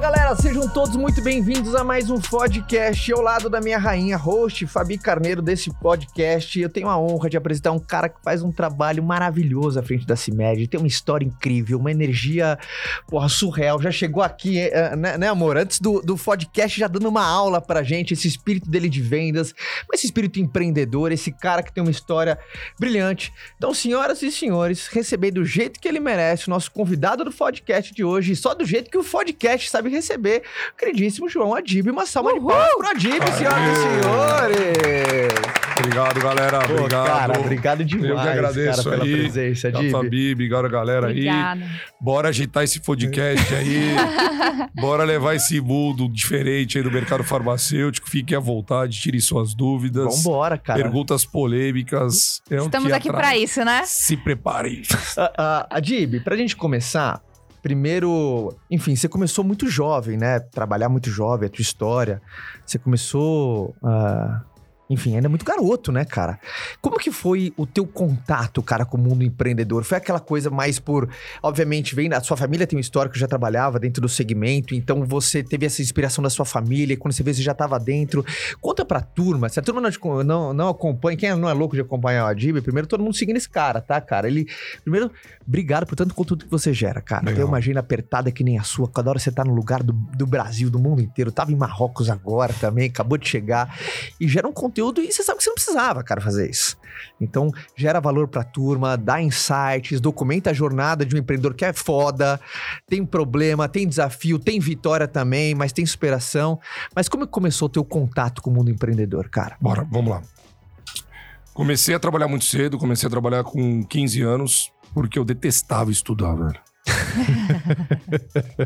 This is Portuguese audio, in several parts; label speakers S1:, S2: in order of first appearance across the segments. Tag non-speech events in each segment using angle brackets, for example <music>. S1: galera, sejam todos muito bem-vindos a mais um podcast. Eu, ao lado da minha rainha host, Fabi Carneiro, desse podcast, eu tenho a honra de apresentar um cara que faz um trabalho maravilhoso à frente da CIMED, tem uma história incrível, uma energia, porra, surreal. Já chegou aqui, eh, né, né, amor? Antes do, do podcast, já dando uma aula pra gente, esse espírito dele de vendas, esse espírito empreendedor, esse cara que tem uma história brilhante. Então, senhoras e senhores, receber do jeito que ele merece o nosso convidado do podcast de hoje, só do jeito que o podcast sabe receber, o queridíssimo João Adib. Uma salva de palmas pro Adib, senhoras e senhores!
S2: Obrigado, galera.
S1: Pô,
S2: obrigado.
S1: Cara, obrigado demais,
S2: Eu que agradeço
S1: cara, pela
S2: aí. Tá,
S1: presença,
S2: Da
S1: Adib.
S2: Fabi, obrigado, galera. aí.
S3: Obrigada.
S2: bora ajeitar esse
S3: <laughs>
S2: podcast aí. bora levar esse mundo diferente aí do mercado farmacêutico. Fiquem à vontade, tirem suas dúvidas.
S1: Vambora, cara.
S2: Perguntas polêmicas. É o
S3: Estamos
S2: que
S3: aqui
S2: atrai.
S3: pra isso, né?
S2: Se preparem.
S1: Ah, ah, Adib, pra gente começar, primeiro, enfim, você começou muito jovem, né? Trabalhar muito jovem, a tua história. Você começou. ah, enfim, ainda muito garoto, né, cara? Como que foi o teu contato, cara, com o mundo empreendedor? Foi aquela coisa mais por. Obviamente, vem. A sua família tem um histórico, já trabalhava dentro do segmento, então você teve essa inspiração da sua família, e quando você vê, você já estava dentro. Conta pra turma, se a turma não, te con- não, não acompanha, quem não é louco de acompanhar o Adib, primeiro todo mundo seguindo esse cara, tá, cara? Ele. Primeiro, obrigado por tanto conteúdo que você gera, cara.
S2: Legal.
S1: Tem uma agenda apertada que nem a sua. Cada hora você tá no lugar do, do Brasil, do mundo inteiro. Tava em Marrocos agora também, acabou de chegar. E gera um conteúdo e você sabe que você não precisava, cara, fazer isso. Então, gera valor pra turma, dá insights, documenta a jornada de um empreendedor que é foda, tem problema, tem desafio, tem vitória também, mas tem superação. Mas como é que começou o teu contato com o mundo empreendedor, cara?
S2: Bora, vamos lá. Comecei a trabalhar muito cedo, comecei a trabalhar com 15 anos, porque eu detestava
S3: <laughs>
S2: estudar, velho.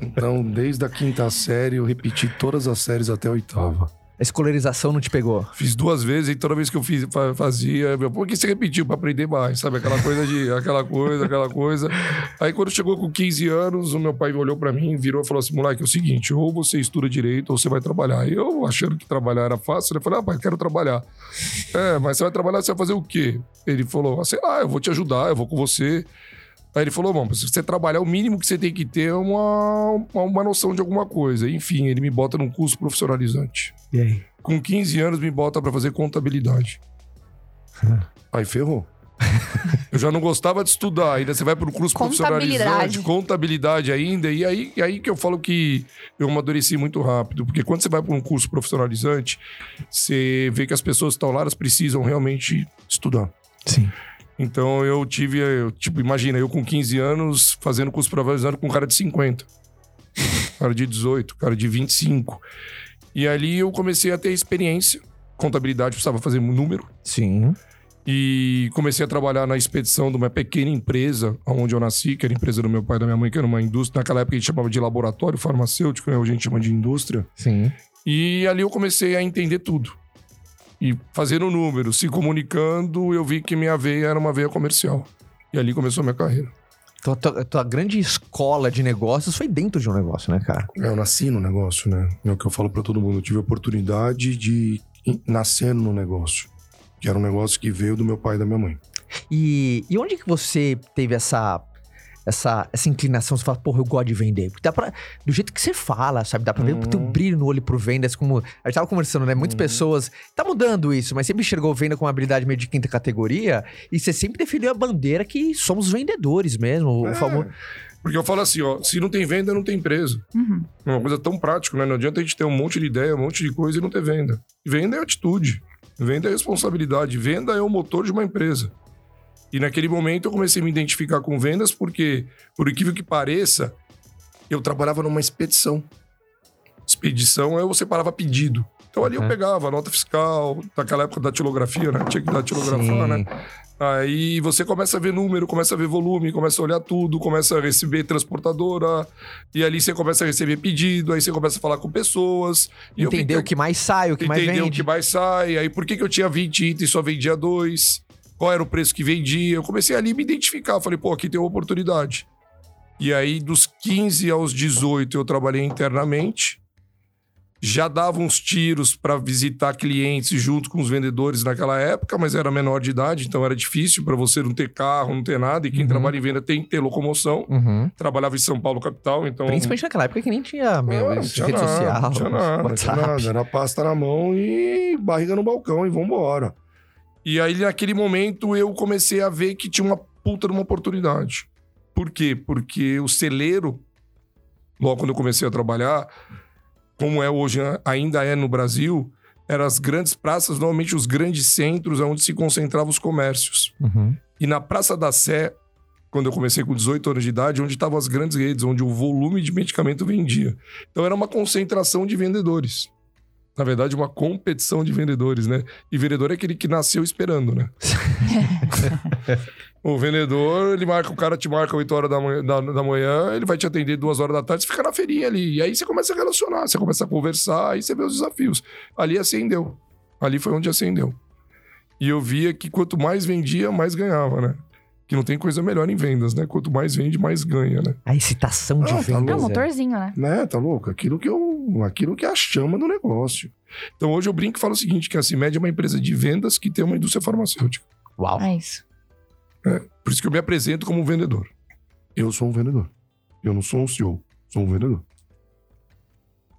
S2: então, desde a quinta série, eu repeti todas as séries até a oitava.
S1: A escolarização não te pegou?
S2: Fiz duas vezes e toda vez que eu fiz, fa- fazia, meu, por que você repetiu? Pra aprender mais, sabe? Aquela coisa de, <laughs> aquela coisa, aquela coisa. Aí quando chegou com 15 anos, o meu pai olhou pra mim, virou e falou assim, moleque, é o seguinte, ou você estuda direito ou você vai trabalhar. Eu, achando que trabalhar era fácil, eu falei, ah, pai, quero trabalhar. É, mas você vai trabalhar, você vai fazer o quê? Ele falou, ah, sei lá, eu vou te ajudar, eu vou com você. Aí ele falou, mano, se você trabalhar, o mínimo que você tem que ter é uma, uma, uma noção de alguma coisa. Enfim, ele me bota num curso profissionalizante
S1: E aí?
S2: com 15 anos me bota pra fazer contabilidade. Aí ferrou. Eu já não gostava de estudar, ainda você vai pro curso
S3: Contabilidade.
S2: profissionalizante, contabilidade ainda, e aí, e aí que eu falo que eu amadureci muito rápido, porque quando você vai para um curso profissionalizante, você vê que as pessoas que estão lá, elas precisam realmente estudar.
S1: Sim.
S2: Então eu tive, eu, tipo, imagina, eu com 15 anos fazendo curso profissionalizante com um cara de 50, um cara de 18, um cara de 25. E ali eu comecei a ter experiência, contabilidade, precisava fazer um número.
S1: Sim.
S2: E comecei a trabalhar na expedição de uma pequena empresa onde eu nasci, que era a empresa do meu pai e da minha mãe, que era uma indústria. Naquela época a gente chamava de laboratório farmacêutico, né? hoje a gente chama de indústria.
S1: Sim.
S2: E ali eu comecei a entender tudo. E fazendo números, se comunicando, eu vi que minha veia era uma veia comercial. E ali começou a minha carreira.
S1: Tua, tua, tua grande escola de negócios foi dentro de um negócio, né, cara?
S2: É, Eu nasci no negócio, né? É o que eu falo pra todo mundo. Eu tive a oportunidade de nascer no negócio. Que era um negócio que veio do meu pai e da minha mãe.
S1: E, e onde que você teve essa essa, essa inclinação? Você fala, porra, eu gosto de vender. Porque dá pra, do jeito que você fala, sabe? Dá pra ver o teu
S2: Uhum.
S1: brilho no olho pro vendas. Como a gente tava conversando, né? Muitas
S2: Uhum.
S1: pessoas. Tá mudando isso, mas sempre enxergou venda como uma habilidade meio de quinta categoria. E você sempre definiu a bandeira que somos vendedores mesmo.
S2: É,
S1: O famoso.
S2: Porque eu falo assim, ó, se não tem venda, não tem empresa.
S3: Uhum.
S2: É uma coisa tão prática, né? Não adianta a gente ter um monte de ideia, um monte de coisa e não ter venda. Venda é atitude, venda é responsabilidade, venda é o motor de uma empresa. E naquele momento eu comecei a me identificar com vendas porque, por incrível que pareça, eu trabalhava numa expedição. Expedição é você parava pedido. Então ali
S1: Uhum.
S2: eu pegava a nota fiscal, naquela época da tilografia, né? Tinha que dar tilografar, né?
S1: Sim.
S2: Aí você começa a ver número, começa a ver volume, começa a olhar tudo, começa a receber transportadora, e ali você começa a receber pedido, aí você começa a falar com pessoas. E eu
S1: Entender o
S2: fiquei-
S1: que mais sai, o que mais
S2: entender o
S1: vende.
S2: que mais sai, aí por que, que eu tinha 20 itens e só vendia dois, qual era o preço que vendia. Eu comecei ali a me identificar, falei, pô, aqui tem uma oportunidade. E aí dos 15 aos 18 eu trabalhei internamente, já dava uns tiros para visitar clientes junto com os vendedores naquela época, mas era menor de idade, então era difícil para você não ter carro, não ter nada. E quem
S1: Uhum.
S2: trabalha em venda tem que ter locomoção.
S1: Uhum.
S2: Trabalhava em São Paulo, capital, então.
S1: Principalmente naquela época que nem tinha, meu,
S2: Ah, não
S1: esse
S2: tinha
S1: rede
S2: nada,
S1: social,
S2: não tinha nada, não tinha
S1: WhatsApp.
S2: nada.
S3: Era pasta na mão e barriga no balcão e vambora.
S2: E aí, naquele momento, eu comecei a ver que tinha uma puta de uma oportunidade. Por quê? Porque o celeiro, logo quando eu comecei a trabalhar, como é hoje, né, ainda é no Brasil, eram as grandes praças, normalmente os grandes centros onde se concentravam os comércios.
S1: Uhum.
S2: E na Praça da Sé, quando eu comecei com 18 anos de idade, onde estavam as grandes redes, onde o volume de medicamento vendia. Então era uma concentração de vendedores. Na verdade, uma competição de vendedores, né? E vendedor é aquele que nasceu esperando, né? o vendedor, ele marca, o cara te marca 8 horas da manhã, da- da manhã, ele vai te atender 2 horas da tarde, você fica na feirinha ali. E aí você começa a relacionar, você começa a conversar, aí você vê os desafios. Ali acendeu. Ali foi onde acendeu. E eu via que quanto mais vendia, mais ganhava, né? Que não tem coisa melhor em vendas, né? Quanto mais vende, mais ganha, né?
S1: A excitação de
S3: Ah, tá
S1: vendas.
S3: louco.
S1: é.
S3: Pois
S4: É um motorzinho, né?
S3: Né, tá louco? Aquilo que, eu, aquilo que é a chama do negócio.
S2: Então hoje eu brinco e falo o seguinte, que a CIMED é uma empresa de vendas que tem uma indústria farmacêutica.
S1: Uau.
S4: É isso.
S2: Por isso que eu me apresento como um vendedor.
S3: Eu sou um vendedor. Eu não sou um CEO, sou um vendedor.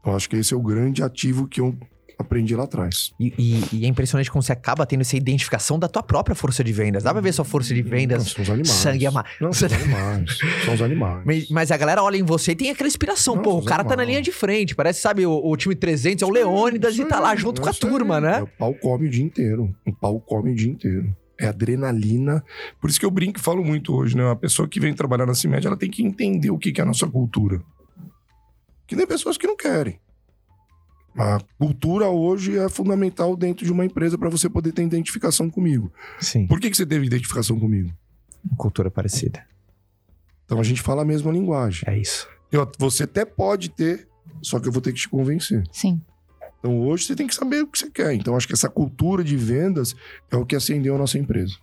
S3: Eu acho que esse é o grande ativo que eu aprendi lá atrás.
S1: E, e- e é impressionante como você acaba tendo essa identificação da tua própria força de vendas. Dá pra ver sua força de
S3: Não,
S1: vendas.
S3: são os animais.
S1: sangue ama-
S3: Não, são os animais. São
S1: <laughs>
S3: os animais.
S1: Mas, mas a galera olha em você e tem aquela inspiração.
S3: Não,
S1: Pô, o
S3: José
S1: cara tá na
S3: Mauro.
S1: linha de frente. Parece, sabe, o, o time 300 é o Leônidas e tá lá junto com a
S2: é.
S1: turma, né?
S3: É O pau come o dia inteiro. O pau come o dia inteiro. É adrenalina.
S2: Por isso que eu brinco e falo muito hoje, né? A pessoa que vem trabalhar na CIMED, ela tem que entender o que que é a nossa cultura.
S3: Que tem pessoas que não querem. A cultura hoje é fundamental dentro de uma empresa para você poder ter identificação comigo.
S1: Sim.
S3: Por que, que você teve identificação comigo?
S1: Cultura parecida.
S3: Então a gente fala a mesma linguagem.
S1: É isso.
S3: Eu- você até pode ter, só que eu vou ter que te convencer.
S4: Sim.
S3: Então hoje você tem que saber o que você quer. Então acho que essa cultura de vendas é o que acendeu a nossa empresa.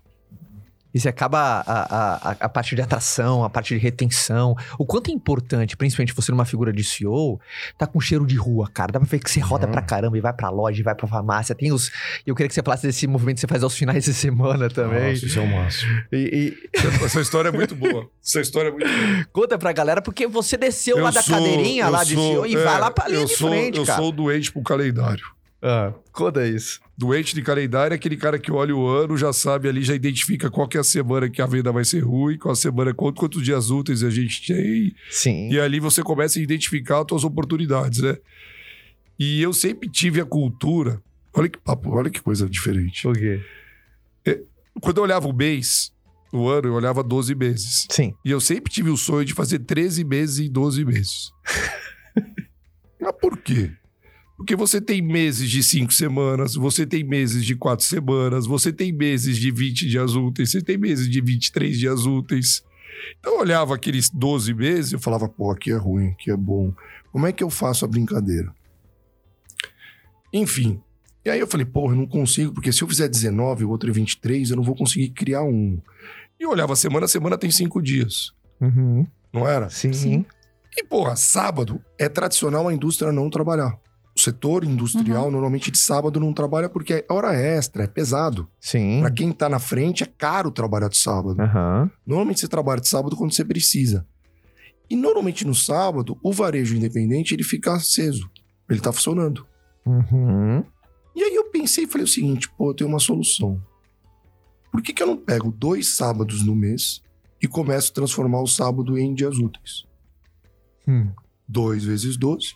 S1: E você acaba a, a, a, a parte de atração, a parte de retenção. O quanto é importante, principalmente você numa figura de CEO, tá com cheiro de rua, cara. Dá pra ver que você roda
S3: Uhum.
S1: pra caramba e vai pra loja, e vai pra farmácia. Tem os. Eu queria que você falasse desse movimento que você faz aos finais de semana também.
S3: Nossa, isso é o máximo.
S1: E,
S2: Essa história é muito boa. Essa história é muito boa.
S1: e conta pra galera, porque você desceu lá da
S2: sou-
S1: cadeirinha
S2: eu
S1: lá de
S2: sou-
S1: CEO e
S2: é,
S1: vai lá pra linha
S2: eu
S1: de
S2: sou-
S1: frente,
S2: Eu
S1: cara.
S2: sou doente pro calendário.
S1: Ah, conta isso.
S2: Doente de calendário é aquele cara que olha o ano, já sabe ali, já identifica qual que é a semana que a venda vai ser ruim, qual a semana, quanto- quantos dias úteis a gente tem,
S1: Sim.
S2: E ali você começa a identificar as suas oportunidades, né? E eu sempre tive a cultura. Olha que papo, olha que coisa diferente.
S1: O quê?
S2: Quando eu olhava o mês, o ano, eu olhava 12 meses.
S1: Sim.
S2: E eu sempre tive o sonho de fazer 13 meses em 12 meses. Mas por quê? Porque você tem meses de 5 semanas, você tem meses de 4 semanas, você tem meses de 20 dias úteis, você tem meses de 23 dias úteis. Então eu olhava aqueles 12 meses, eu
S3: Eu falava, pô, aqui é ruim, aqui é bom. Como é que eu faço a brincadeira? Enfim. E aí eu falei, pô, eu não consigo, porque se eu fizer 19, o outro é 23, eu não vou conseguir criar um.
S2: E eu olhava semana, semana tem cinco dias,
S1: Uhum.
S2: não era?
S1: Sim.
S4: Sim.
S3: E, porra, sábado é tradicional a indústria não trabalhar. O setor industrial, normalmente, de sábado não trabalha porque é hora extra, é pesado.
S1: Sim.
S3: Pra quem tá na frente, é caro trabalhar de sábado.
S1: Aham.
S3: Normalmente você trabalha de sábado quando você precisa. E normalmente no sábado, o varejo independente, ele fica aceso. Ele tá funcionando.
S1: Uhum.
S3: E aí eu pensei e falei o seguinte, pô, eu tenho uma solução. Por que, que eu não pego dois sábados no mês e começo a transformar o sábado em dias úteis?
S1: Hum.
S3: 2 vezes 12,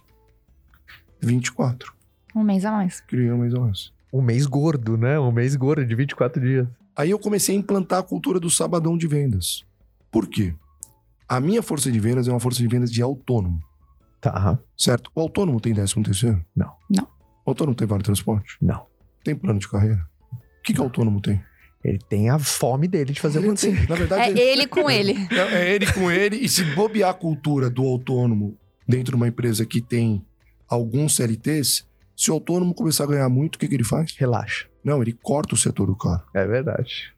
S3: 24.
S4: Um mês a mais.
S3: Criei um mês a mais.
S1: Um mês gordo, né? Um mês gordo de 24 dias.
S3: Aí eu comecei a implantar a cultura do sabadão de vendas. Por quê? A minha força de vendas é uma força de vendas de autônomo,
S1: Tá.
S3: certo? O autônomo tem 13 terceiro?
S1: Não.
S4: Não.
S3: O autônomo tem vale transporte?
S1: Não.
S3: Tem plano de carreira? O que, que o autônomo tem?
S1: Ele tem a fome dele de fazer acontecer.
S3: Na
S2: Tá
S3: verdade,
S4: É
S3: ele-
S4: ele com ele.
S1: <laughs>
S2: É é ele <laughs> com ele e se...
S3: se bobear a cultura do autônomo dentro de uma empresa que tem alguns CLTs, se o autônomo começar a ganhar muito, o que, que ele faz?
S1: Relaxa.
S3: Não, ele corta o setor do cara.
S1: É verdade.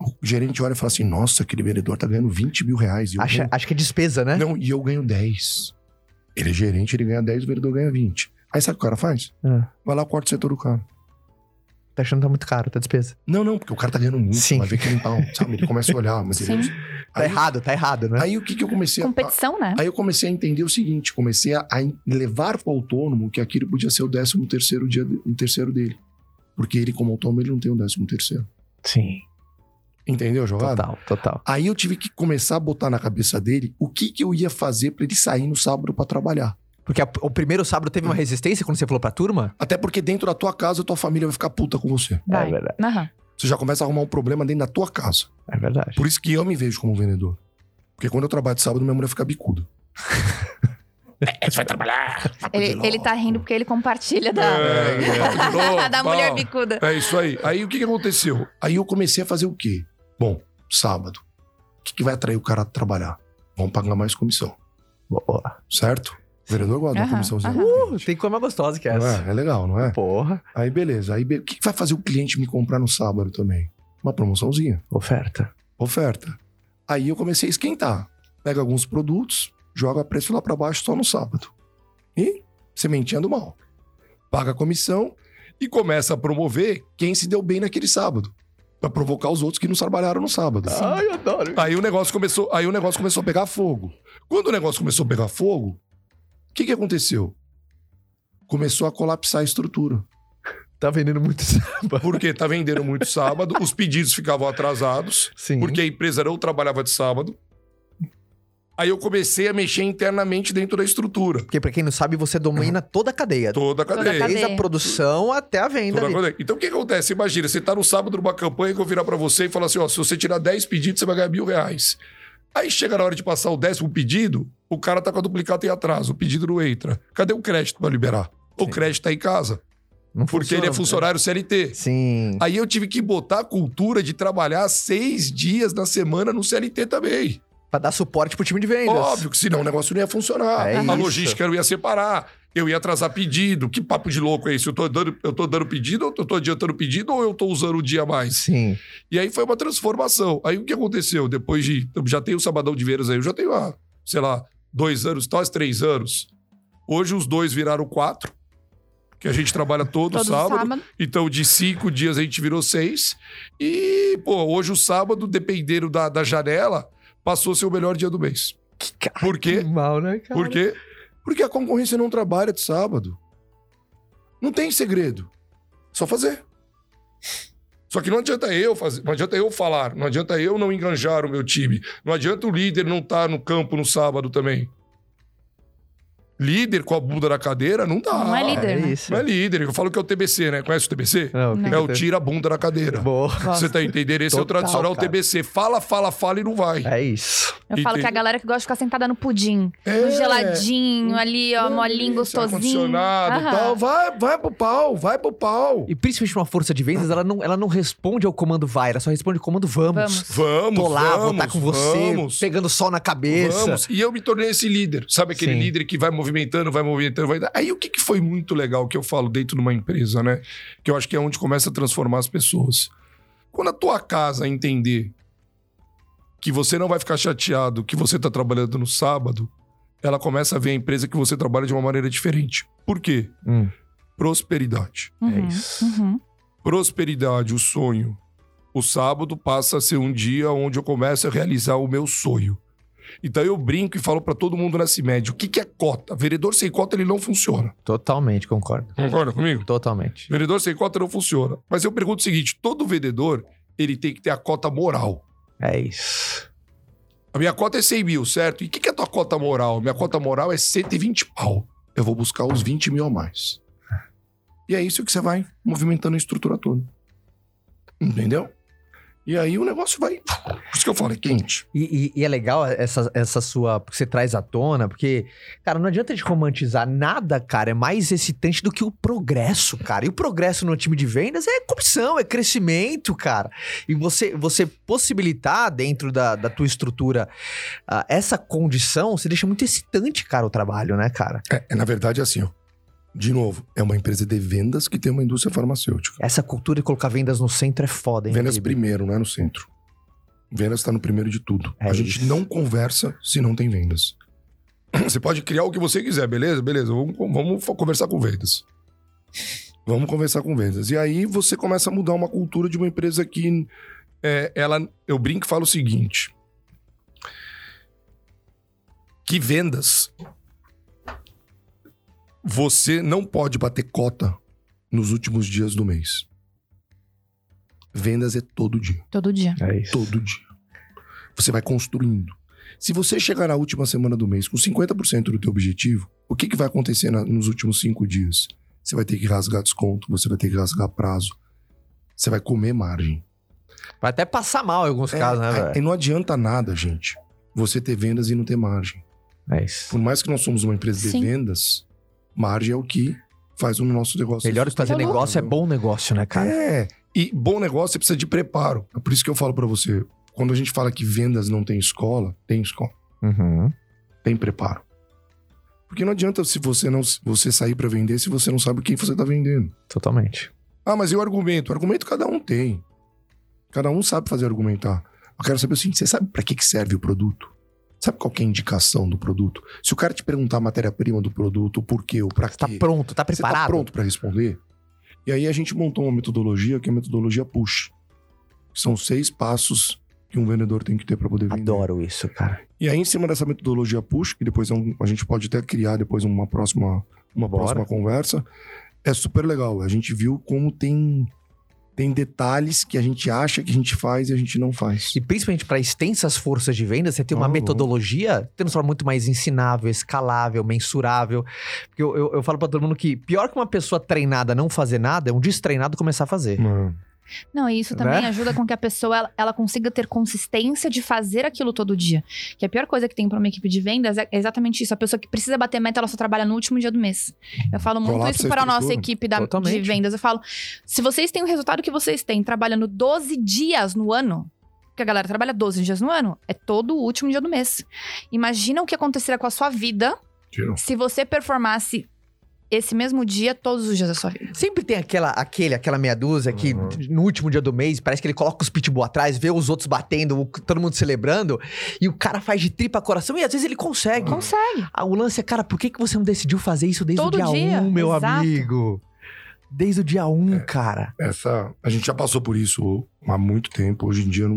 S3: O gerente olha e fala assim: nossa, aquele vendedor tá ganhando 20 mil reais. E eu
S1: Acha,
S3: ganho...
S1: acho que é despesa, né?
S3: Não, e eu ganho 10. Ele é gerente, ele ganha 10, o vendedor ganha 20. Aí sabe o que o cara faz?
S1: Ah.
S2: É.
S3: Vai lá, corta o setor do cara.
S1: Tá achando que tá muito caro, tá despesa.
S3: Não, não, porque o cara tá ganhando muito.
S1: Sim.
S3: Vai ver que ele tá, sabe? Ele começa a olhar. Mas
S4: Sim.
S3: ele... é-
S1: Tá
S3: Aí-
S1: errado, tá errado, né?
S3: Aí o que, que eu comecei a.
S4: Competição, né?
S3: Aí eu comecei a entender o seguinte: comecei a, a en- levar para o autônomo que aquilo podia ser o décimo terceiro dia de- o terceiro dele. Porque ele, como autônomo, ele não tem o décimo terceiro.
S1: Sim.
S3: Entendeu,
S2: Tá
S3: a jogada?
S1: Total, total.
S3: Aí eu tive que começar a botar na cabeça dele o que, que eu ia fazer para ele sair no sábado para trabalhar.
S1: Porque a- o primeiro sábado teve uma resistência quando você falou pra turma?
S3: Até porque dentro da tua casa, tua família vai ficar puta com você.
S4: Vai.
S1: É verdade.
S4: Aham.
S3: Você já começa a arrumar um problema dentro da tua casa.
S1: É verdade.
S3: Por isso que eu me vejo como vendedor. Porque quando eu trabalho de sábado, minha mulher fica bicuda. <laughs> é, você vai trabalhar. vai
S4: Ele,
S3: poder
S4: ele
S3: logo.
S4: tá rindo porque ele compartilha da,
S3: <laughs>
S2: É,
S4: <laughs> da mulher bicuda.
S2: É isso aí. Aí o que, que aconteceu?
S3: Aí eu comecei a fazer o quê? Bom, sábado. O que, que vai atrair o cara a trabalhar? Vamos pagar mais comissão,
S1: Boa.
S3: certo? O vereador gosta da
S4: Aham,
S3: comissãozinha.
S4: aham.
S1: Pô, Tem coisa mais gostosa que
S3: Não
S1: essa.
S3: é? é legal, não é?
S1: Porra.
S3: Aí beleza. Aí be- o que, que vai fazer o cliente me comprar no sábado também? Uma promoçãozinha,
S1: Oferta.
S3: oferta. Aí eu comecei a esquentar. Pega alguns produtos, joga preço lá pra baixo só no sábado. E sementinha do mal. Paga a comissão
S2: E começa a promover.
S3: quem se deu bem naquele sábado. Pra provocar os outros que não trabalharam no sábado.
S1: Ai, eu adoro.
S2: Aí o negócio começou.
S3: Aí o negócio começou a pegar fogo. Quando o negócio começou a pegar fogo, o que, que aconteceu? Começou a colapsar a estrutura.
S1: Tá vendendo muito <laughs> sábado.
S2: Porque tá vendendo muito sábado, os pedidos ficavam atrasados,
S1: Sim.
S2: porque a empresa não trabalhava de sábado. Aí eu comecei a mexer internamente dentro da estrutura.
S1: Porque pra quem não sabe, você domina toda a cadeia.
S2: Toda a
S4: Toda a
S2: cadeia.
S4: cadeia.
S1: Desde a produção até a venda
S2: Toda
S1: ali.
S2: coisa. Então o que acontece? Imagina, você tá no sábado numa campanha que eu virar pra você e falar assim: ó, se você tirar 10 pedidos, você vai ganhar mil reais. Aí chega na hora de passar o décimo pedido, o cara tá com a duplicata em atraso, o pedido não entra. Cadê o crédito pra liberar? O
S1: Sim.
S2: crédito tá em casa,
S1: Não
S2: porque
S1: funciona,
S2: ele é funcionário CLT.
S1: né? Sim.
S2: Aí eu tive que botar a cultura de trabalhar seis dias na semana no CLT também.
S1: Pra dar suporte pro time de vendas.
S2: Óbvio que senão o negócio não ia funcionar.
S1: É
S2: a
S1: isso.
S2: logística não ia separar. Eu ia atrasar pedido. Que papo de louco é esse? Eu tô dando, eu tô dando pedido, ou eu tô adiantando pedido ou eu tô usando o dia a mais?
S1: Sim.
S2: E aí foi uma transformação. Aí o que aconteceu? Depois de. eu Já tenho o Sabadão de Veiras aí, eu já tenho, ah, sei lá, dois anos, talvez três anos. Hoje os dois viraram quatro, que a gente trabalha todo,
S4: Todo
S2: sábado.
S4: sábado.
S2: Então, de cinco dias a gente virou seis. E, pô, hoje o sábado, dependendo da, da janela, passou a ser o melhor dia do mês.
S1: Que cara.
S2: Por
S1: Que
S2: quê?
S1: mal, né, cara?
S2: Por quê?
S3: Porque a concorrência não trabalha de sábado. Não tem segredo.
S2: Só fazer. Só que não adianta eu fazer, não adianta eu falar, não adianta eu não enganjar o meu time, não adianta o líder não estar no campo no sábado também. Líder com a bunda na cadeira não dá.
S4: Não é
S1: É
S4: líder. né?
S1: isso.
S2: Não é líder. Eu falo que é o TBC, né? Conhece o TBC?
S1: Não,
S4: Não.
S2: É o tira a bunda na cadeira.
S1: Boa.
S2: Você tá entendendo? Esse é o
S1: Total,
S2: tradicional
S1: cara.
S2: TBC. Fala, fala, fala e não vai.
S1: É isso.
S4: Eu falo que a
S2: Entendi.
S4: galera que gosta de ficar sentada no pudim.
S1: É.
S4: No geladinho ali, ó,
S2: É. Isso,
S4: molinho, gostosinho.
S2: ar-condicionado e
S4: Aham.
S3: Então vai, vai pro pau, vai pro pau.
S1: E principalmente uma força de vendas, ela não, ela não responde ao comando vai, ela só responde ao comando vamos.
S4: Vamos.
S2: Vamos,
S1: Tô lá, vou
S2: vamos,
S1: estar com você,
S2: vamos,
S1: pegando sol na cabeça.
S2: vamos. E eu me tornei esse líder. Sabe aquele
S1: Sim.
S2: líder que vai movimentando, vai movimentando, vai... Aí o que, que foi muito legal que eu falo dentro de uma empresa, né? Que eu acho que é onde começa a transformar as pessoas. Quando a tua casa entender que você não vai ficar chateado que você tá trabalhando no sábado, ela começa a ver a empresa que você trabalha de uma maneira diferente. Por quê?
S1: Hum,
S2: Prosperidade.
S1: É
S4: Uhum,
S1: isso.
S4: uhum.
S2: prosperidade, o sonho. O sábado passa a ser um dia onde eu começo a realizar o meu sonho. Então eu brinco e falo pra todo mundo na CIMED, o que, que é cota? Vereador sem cota ele não funciona.
S1: Totalmente, concordo.
S2: Concorda comigo?
S1: Totalmente.
S2: Vereador sem cota não funciona. Mas eu pergunto o seguinte, todo vendedor, ele tem que ter a cota moral.
S1: É isso.
S2: A minha cota é 100 mil, certo? E o que, que é a tua cota moral? Minha cota moral é 120 pau.
S3: Eu vou buscar os 20 mil a mais. E é isso que você vai movimentando a estrutura toda. Entendeu? E aí o negócio vai. Por isso que eu falo, é quente.
S1: E, e- e é legal essa, essa sua. Porque você traz à tona, porque, cara, não adianta a gente romantizar nada, cara. É mais excitante do que o progresso, cara. E o progresso no time de vendas é comissão, é crescimento, cara. E você, você possibilitar dentro da, da tua estrutura ah, essa condição, você deixa muito excitante, cara, o trabalho, né, cara?
S3: É, é, na verdade assim, ó. De novo, é uma empresa de vendas que tem uma indústria farmacêutica.
S1: Essa cultura de colocar vendas no centro é foda, hein?
S3: Vendas
S1: Felipe?
S3: primeiro, não é no centro.
S2: tá
S3: Vendas está no primeiro de tudo.
S1: É
S3: a gente
S1: isso.
S3: não conversa se não tem vendas.
S2: <clears throat> Você pode criar o que você quiser, beleza? Beleza, vamos, vamos fo- conversar com vendas. Vamos conversar com vendas. E aí você começa a mudar uma cultura de uma empresa que é, ela. Eu brinco e falo o seguinte: que vendas você não pode bater cota nos últimos dias do mês. Vendas é todo dia.
S4: Todo dia.
S1: É isso.
S2: Todo dia.
S3: Você vai construindo. Se você chegar na última semana do mês com 50% do teu objetivo, o que, que vai acontecer na- nos últimos cinco dias? Você vai ter que rasgar desconto, você vai ter que rasgar prazo, você vai comer margem.
S1: Vai até passar mal em alguns
S3: É,
S1: casos, né,
S3: é,
S1: velho?
S3: e não adianta nada, gente, você ter vendas e não ter margem.
S1: É isso.
S3: Por mais que nós somos uma empresa de
S4: Sim.
S3: vendas, margem é o que faz o nosso negócio.
S1: Melhor que fazer
S4: Falou.
S1: negócio é bom negócio, né, cara?
S3: É,
S2: E bom negócio, você precisa de preparo.
S3: é por isso que eu falo pra você, quando a gente fala que vendas não tem escola, tem escola.
S1: Uhum.
S3: tem preparo. Porque não adianta se você não você sair pra vender se você não sabe quem você tá vendendo.
S1: Totalmente.
S3: Ah, mas e o argumento? O argumento cada um tem. Cada um sabe fazer argumentar. Eu quero saber o seguinte, você sabe pra que que serve o produto? Sabe qual que é a indicação do produto? Se o cara te perguntar a matéria-prima do produto, o porquê, o pra
S1: Você tá
S3: quê,
S1: pronto, tá
S3: você tá
S1: preparado?
S3: pronto pra responder? E aí a gente montou uma metodologia que é a metodologia push. São seis passos que um vendedor tem que ter pra poder vender.
S1: Adoro isso, cara.
S3: E aí, em cima dessa metodologia push, que depois é um- a gente pode até criar depois uma próxima, uma
S1: Bora.
S3: próxima conversa, é super legal. A gente viu como tem, tem detalhes que a gente acha que a gente faz e a gente não faz.
S1: E principalmente para extensas forças de venda, você tem uma
S3: Tá louco.
S1: metodologia transforma muito mais ensinável, escalável, mensurável. Porque eu, eu, eu falo pra todo mundo que pior que uma pessoa treinada não fazer nada é um destreinado começar a
S3: Uhum.
S1: fazer.
S4: Não, e isso também
S1: Né?
S4: ajuda com que a pessoa ela, ela consiga ter consistência de fazer aquilo todo dia. Que a pior coisa que tem pra uma equipe de vendas é é exatamente isso. A pessoa que precisa bater meta, ela só trabalha no último dia do mês. Eu falo muito
S3: Colapsa
S4: isso
S3: a
S4: para a
S3: estrutura.
S4: nossa equipe da, de
S1: Totalmente.
S4: vendas. Eu falo, se vocês têm o resultado que vocês têm trabalhando 12 dias no ano, porque a galera trabalha 12 dias no ano, é todo o último dia do mês. Imagina o que aconteceria com a sua vida se você performasse esse mesmo dia todos os dias da sua vida.
S1: Sempre tem aquela, aquele, aquela meia dúzia que
S3: Uhum.
S1: no último dia do mês parece que ele coloca os pitbull atrás, vê os outros batendo, o- todo mundo celebrando, e o cara faz de tripa coração e às vezes ele consegue.
S4: Consegue.
S1: Ah, o lance é, cara, por que, que você não decidiu fazer isso desde
S4: Todo
S1: o dia,
S4: dia,
S1: um, meu
S4: exato.
S1: amigo? Desde o dia um, cara.
S3: Essa, a gente já passou por isso há muito tempo. Hoje em dia, não.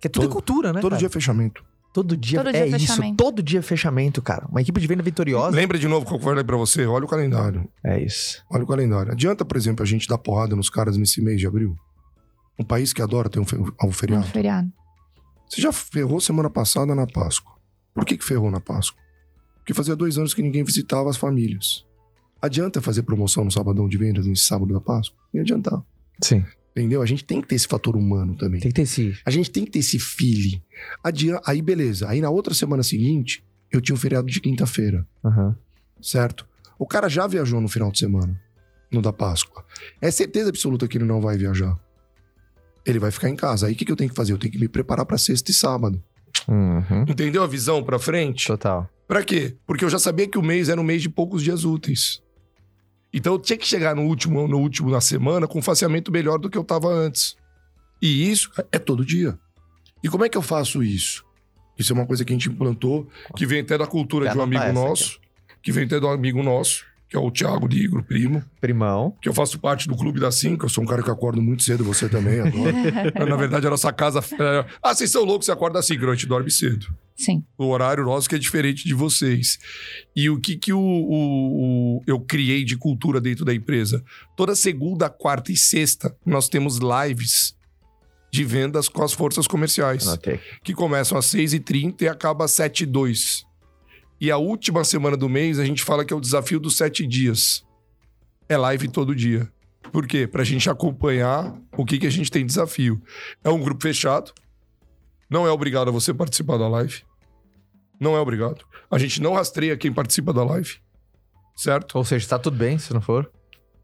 S1: Que é tudo
S3: Todo-
S1: cultura, né?
S3: todo
S1: cara?
S3: dia é fechamento.
S1: Todo dia
S4: Todo
S1: é
S4: dia é
S1: isso.
S4: fechamento.
S1: Todo dia é fechamento, cara. Uma equipe de venda vitoriosa.
S2: Lembra de novo que eu falei pra você? Olha o calendário.
S1: É isso.
S3: Olha o calendário. Adianta, por exemplo, a gente dar porrada nos caras nesse mês de abril? Um país que adora ter um, fe- um
S4: Um
S3: feriado.
S4: feriado.
S3: Você já ferrou semana passada na Páscoa. Por que, que ferrou na Páscoa? Porque fazia dois anos que ninguém visitava as famílias. Adianta fazer promoção no sabadão de vendas, nesse sábado da Páscoa? Não ia adiantar.
S1: Sim.
S3: Entendeu? A gente tem que ter esse fator humano também.
S1: Tem que ter esse.
S3: A gente tem que ter esse feeling. Adian- Aí, beleza. Aí, na outra semana seguinte, eu tinha um feriado de quinta-feira
S1: Aham.
S3: certo? O cara já viajou no final de semana, no da Páscoa. É certeza absoluta que ele não vai viajar. Ele vai ficar em casa. Aí o que, que eu tenho que fazer? Eu tenho que me preparar pra sexta e sábado.
S2: Entendeu a visão pra frente?
S1: Uhum. Total.
S2: Pra quê? Porque eu já sabia que o mês era um mês de poucos dias úteis. Então eu tinha que chegar no último, no último na semana com um faceamento melhor do que eu tava antes.
S3: E isso é todo dia. E como é que eu faço isso? Isso é uma coisa que a gente implantou.
S2: Que vem até da cultura
S1: Quer
S2: de um
S1: anotar
S2: amigo
S1: essa
S2: nosso, que vem até do amigo nosso, que é o Thiago Ligro, primo,
S1: Primão.
S2: que eu faço parte do Clube da Cinco.
S3: Eu sou um cara que acordo muito cedo, você também adora.
S2: Na verdade, a nossa casa. é, Ah, vocês são loucos, você acorda assim, a gente dorme cedo.
S4: Sim.
S2: o horário nosso que é diferente de vocês. E o que, que o, o- o- eu criei de cultura dentro da empresa? Toda segunda, quarta e sexta, nós temos lives de vendas com as forças comerciais,
S1: Anotei.
S2: que começam às 6h30 e acaba às 7h02. E a última semana do mês, a gente fala que é o desafio dos sete dias. É live todo dia. Por quê? Pra gente acompanhar o que, que a gente tem de desafio. É um grupo fechado. Não é obrigado a você participar da live. Não é obrigado. A gente não rastreia quem participa da live. Certo?
S1: Ou seja, tá tudo bem se não for.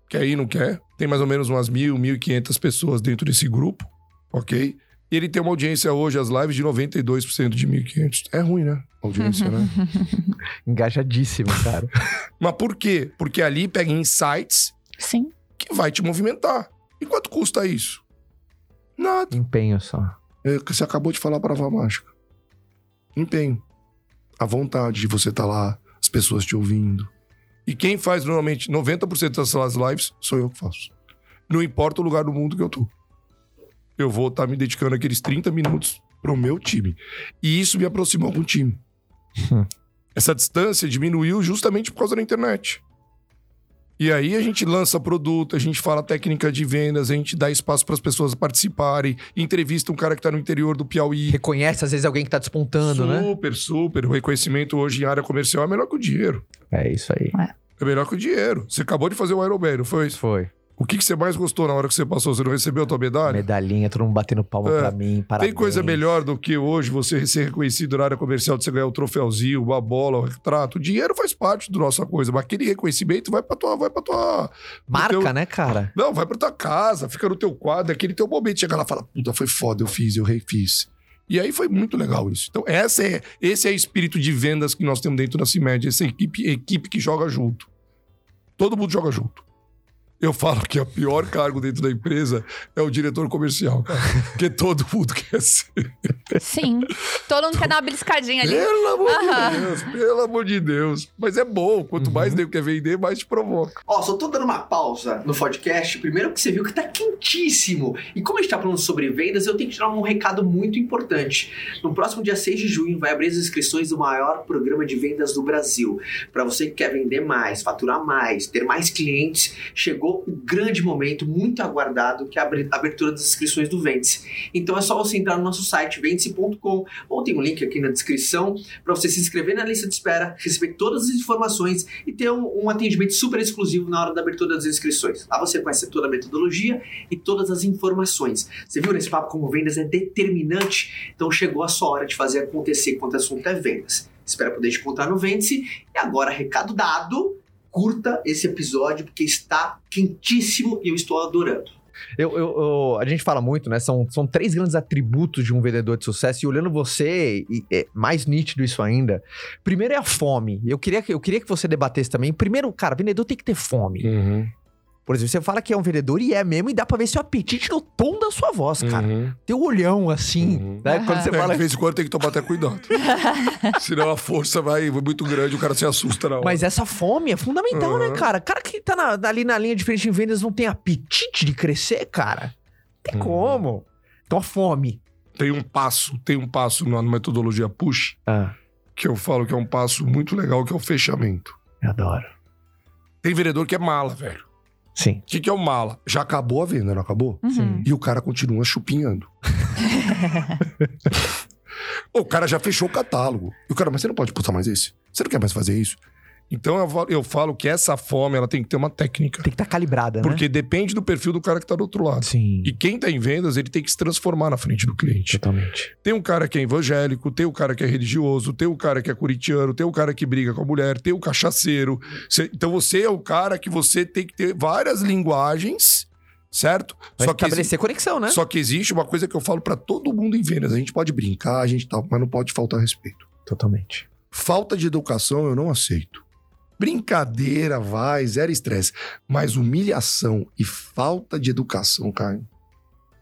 S2: Quer ir, não quer. Tem mais ou menos umas mil, mil e quinhentas pessoas dentro desse grupo. Ok? E ele tem uma audiência hoje, as lives, de 92% de 1.500.
S3: É ruim, né? A Audiência, né?
S4: Uhum.
S1: <laughs> Engajadíssimo, cara.
S2: <laughs> Mas por quê? Porque ali pega insights
S4: Sim.
S2: que vai te movimentar. E quanto custa isso? Nada.
S1: Empenho só.
S3: É, que Você acabou de falar a palavra mágica. Empenho. a vontade de você
S2: tá
S3: estar lá, as pessoas te ouvindo.
S2: E quem faz normalmente 90% das lives
S3: Sou eu que faço.
S2: Não importa o lugar do mundo que eu tô. Eu vou estar me dedicando aqueles 30 minutos pro meu time. E isso me aproximou com o time.
S1: Hum.
S2: Essa distância diminuiu justamente por causa da internet. E aí a gente lança produto, a gente fala técnica de vendas, a gente dá espaço para as pessoas participarem, entrevista um cara que tá no interior do Piauí.
S1: Reconhece, às vezes, alguém que tá despontando, né?
S2: super, super. O reconhecimento hoje em área comercial é melhor que o dinheiro.
S1: É isso aí.
S2: É melhor que o dinheiro. Você acabou de fazer o Ironman, não foi?
S1: Foi.
S2: O que, que você mais gostou na hora que você passou? Você não recebeu a tua medalha?
S1: Medalhinha, todo mundo batendo palma
S2: É.
S1: pra mim. Parabéns.
S2: Tem coisa melhor do que hoje você ser reconhecido na área comercial, de você ganhar o troféuzinho, uma bola, um retrato. O dinheiro faz parte da nossa coisa, mas aquele reconhecimento vai pra tua. Vai pra tua
S1: Marca,
S2: teu-
S1: né, cara?
S2: Não, vai pra tua casa, fica no teu quadro, é aquele teu momento. Chega lá e fala, puta, foi foda, eu fiz, eu refiz. E aí foi muito legal isso. Então, essa é, esse é o espírito de vendas que nós temos dentro da CIMED, essa equipe, equipe que joga junto. Todo mundo joga junto. Eu falo que o pior cargo dentro da empresa é o diretor comercial, cara, porque todo mundo quer ser.
S4: Sim. Todo mundo quer dar uma beliscadinha ali.
S2: Pelo amor
S4: Aham.
S2: de Deus, pelo amor de Deus. Mas é bom, quanto mais nego quer vender, mais te provoca.
S5: Ó, só tô dando uma pausa no podcast, primeiro porque você viu que tá quentíssimo. E como a gente tá falando sobre vendas, eu tenho que tirar um recado muito importante. No próximo dia 6 de junho vai abrir as inscrições do maior programa de vendas do Brasil. Para você que quer vender mais, faturar mais, ter mais clientes, chegou o grande momento muito aguardado, que é a abri- abertura das inscrições do Vende-se. Então é só você entrar no nosso site vende-se.com ou tem um link aqui na descrição para você se inscrever na lista de espera, receber todas as informações e ter um, um atendimento super exclusivo na hora da abertura das inscrições. Lá você conhece toda a metodologia e todas as informações. Você viu nesse papo como vendas é determinante? Então chegou a sua hora de fazer acontecer quando o assunto é vendas. Espero poder te contar no Vende-se. E agora, recado dado, curta esse episódio porque está quentíssimo e eu estou adorando.
S1: Eu, eu- eu- a gente fala muito, né? São, são três grandes atributos de um vendedor de sucesso. E olhando você, e é mais nítido isso ainda. Primeiro é a fome. Eu queria, que- eu queria que você debatesse também. Primeiro, cara, vendedor tem que ter fome. Por exemplo, você fala que é um vendedor e é mesmo, e dá pra ver seu apetite no tom da sua
S2: Hum.
S1: voz, cara. Teu olhão assim,
S2: Uhum.
S1: né? Quando
S4: Ah.
S1: você
S2: <laughs> É,
S1: fala.
S2: de vez em quando tem que tomar até cuidado. Senão a força vai muito grande, o cara se assusta na hora.
S1: Mas essa fome é fundamental, né,
S2: Uhum.
S1: cara? Cara que tá na- ali na linha de frente em vendas não tem apetite de crescer, cara. Tem
S2: Uhum.
S1: como. Então a fome.
S2: Tem um passo, tem um passo na metodologia push,
S1: Ah,
S2: que eu falo que é um passo muito legal, que é o fechamento.
S1: eu adoro.
S2: Tem vereador que é mala, velho.
S1: Sim.
S2: O que, que é o mala?
S3: Já acabou a venda, não acabou?
S4: Uhum.
S3: E o cara continua chupinhando. o cara já fechou o catálogo. E o cara, mas você não pode postar mais esse? Você não quer mais fazer isso?
S2: Então eu falo- eu falo que essa fome, ela tem que ter uma técnica.
S1: Tem que estar calibrada, né?
S2: Porque depende do perfil do cara que tá do outro lado.
S1: Sim.
S2: E quem tá em vendas, ele tem que se transformar na frente do cliente.
S1: Totalmente.
S2: Tem um cara que é evangélico, tem um cara que é religioso, tem um cara que é curitiano, tem um cara que briga com a mulher, tem um cachaceiro. Cê- então você é o cara que você tem que ter várias linguagens, certo?
S1: Vai
S2: Só que, exi-
S1: estabelecer conexão, né?
S2: só que existe uma coisa que eu falo pra todo mundo em vendas.
S3: A gente pode brincar, a gente
S2: tá,
S3: tal, mas não pode faltar respeito.
S1: Totalmente.
S3: Falta de educação eu não aceito. Brincadeira, vai, zero estresse. Mas humilhação e falta de educação, cara,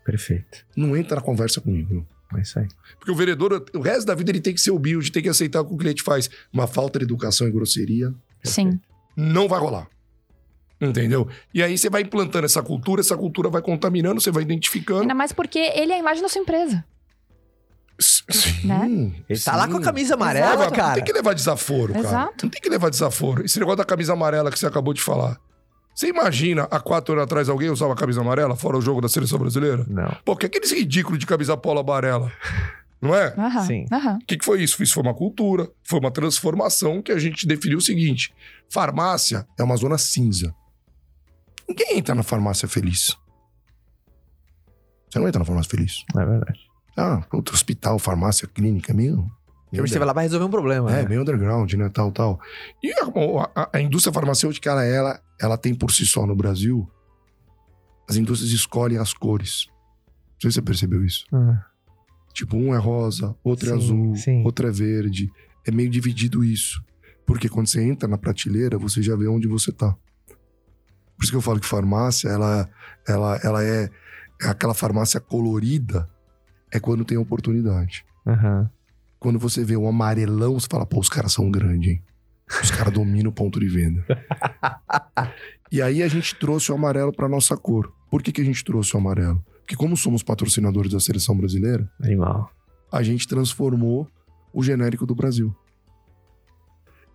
S1: Perfeito.
S3: não entra na conversa comigo. Não.
S1: É isso aí.
S2: Porque o vereador, o resto da vida, ele tem que ser humilde, tem que aceitar o que o cliente faz.
S3: Uma falta de educação e grosseria.
S4: Sim.
S2: Não vai rolar. Entendeu? E aí você vai implantando essa cultura, essa cultura vai contaminando, você vai identificando.
S4: Ainda mais porque ele é a imagem da sua empresa.
S3: Sim,
S4: Né?
S1: Ele tá lá
S3: sim.
S1: com a camisa amarela,
S4: Exato.
S1: cara.
S2: Tem que levar desaforo, cara.
S4: Exato.
S2: Não tem que levar desaforo. Esse negócio da camisa amarela que você acabou de falar. Você imagina, há quatro anos atrás, alguém usava camisa amarela, fora o jogo da seleção brasileira?
S1: Não.
S2: Pô, que aqueles ridículos de camisa polo amarela. Não é?
S4: Aham.
S1: Sim.
S4: Aham.
S2: O que, que foi isso? Isso foi uma cultura, foi uma transformação que a gente definiu o seguinte: farmácia
S3: É uma zona cinza. Ninguém entra na farmácia feliz. Você não entra na farmácia feliz.
S1: É verdade.
S3: Ah, outro hospital, farmácia, clínica, meio.
S1: Porque você vai lá pra resolver um problema.
S3: É,
S1: né?
S3: meio underground, né? Tal, tal.
S2: e a, a- a indústria
S3: indústria farmacêutica, ela, ela, ela tem por si só no Brasil, as indústrias escolhem as cores. Não sei se você percebeu isso.
S1: Ah,
S3: Tipo, um é rosa, outro é
S1: Sim,
S3: azul,
S1: sim.
S3: outro é verde. É meio dividido isso. Porque quando você entra na prateleira, você já vê onde você tá. Por isso que eu falo que farmácia, ela, ela, ela é, é aquela farmácia colorida, é quando tem oportunidade.
S1: aham.
S3: Quando você vê um amarelão, você fala, pô, os caras são grandes, hein? Os caras dominam o ponto de venda. e aí a gente trouxe o amarelo pra nossa cor. Por que, que a gente trouxe o amarelo? Porque como somos patrocinadores da seleção brasileira,
S1: Animal.
S3: a gente transformou o genérico do Brasil.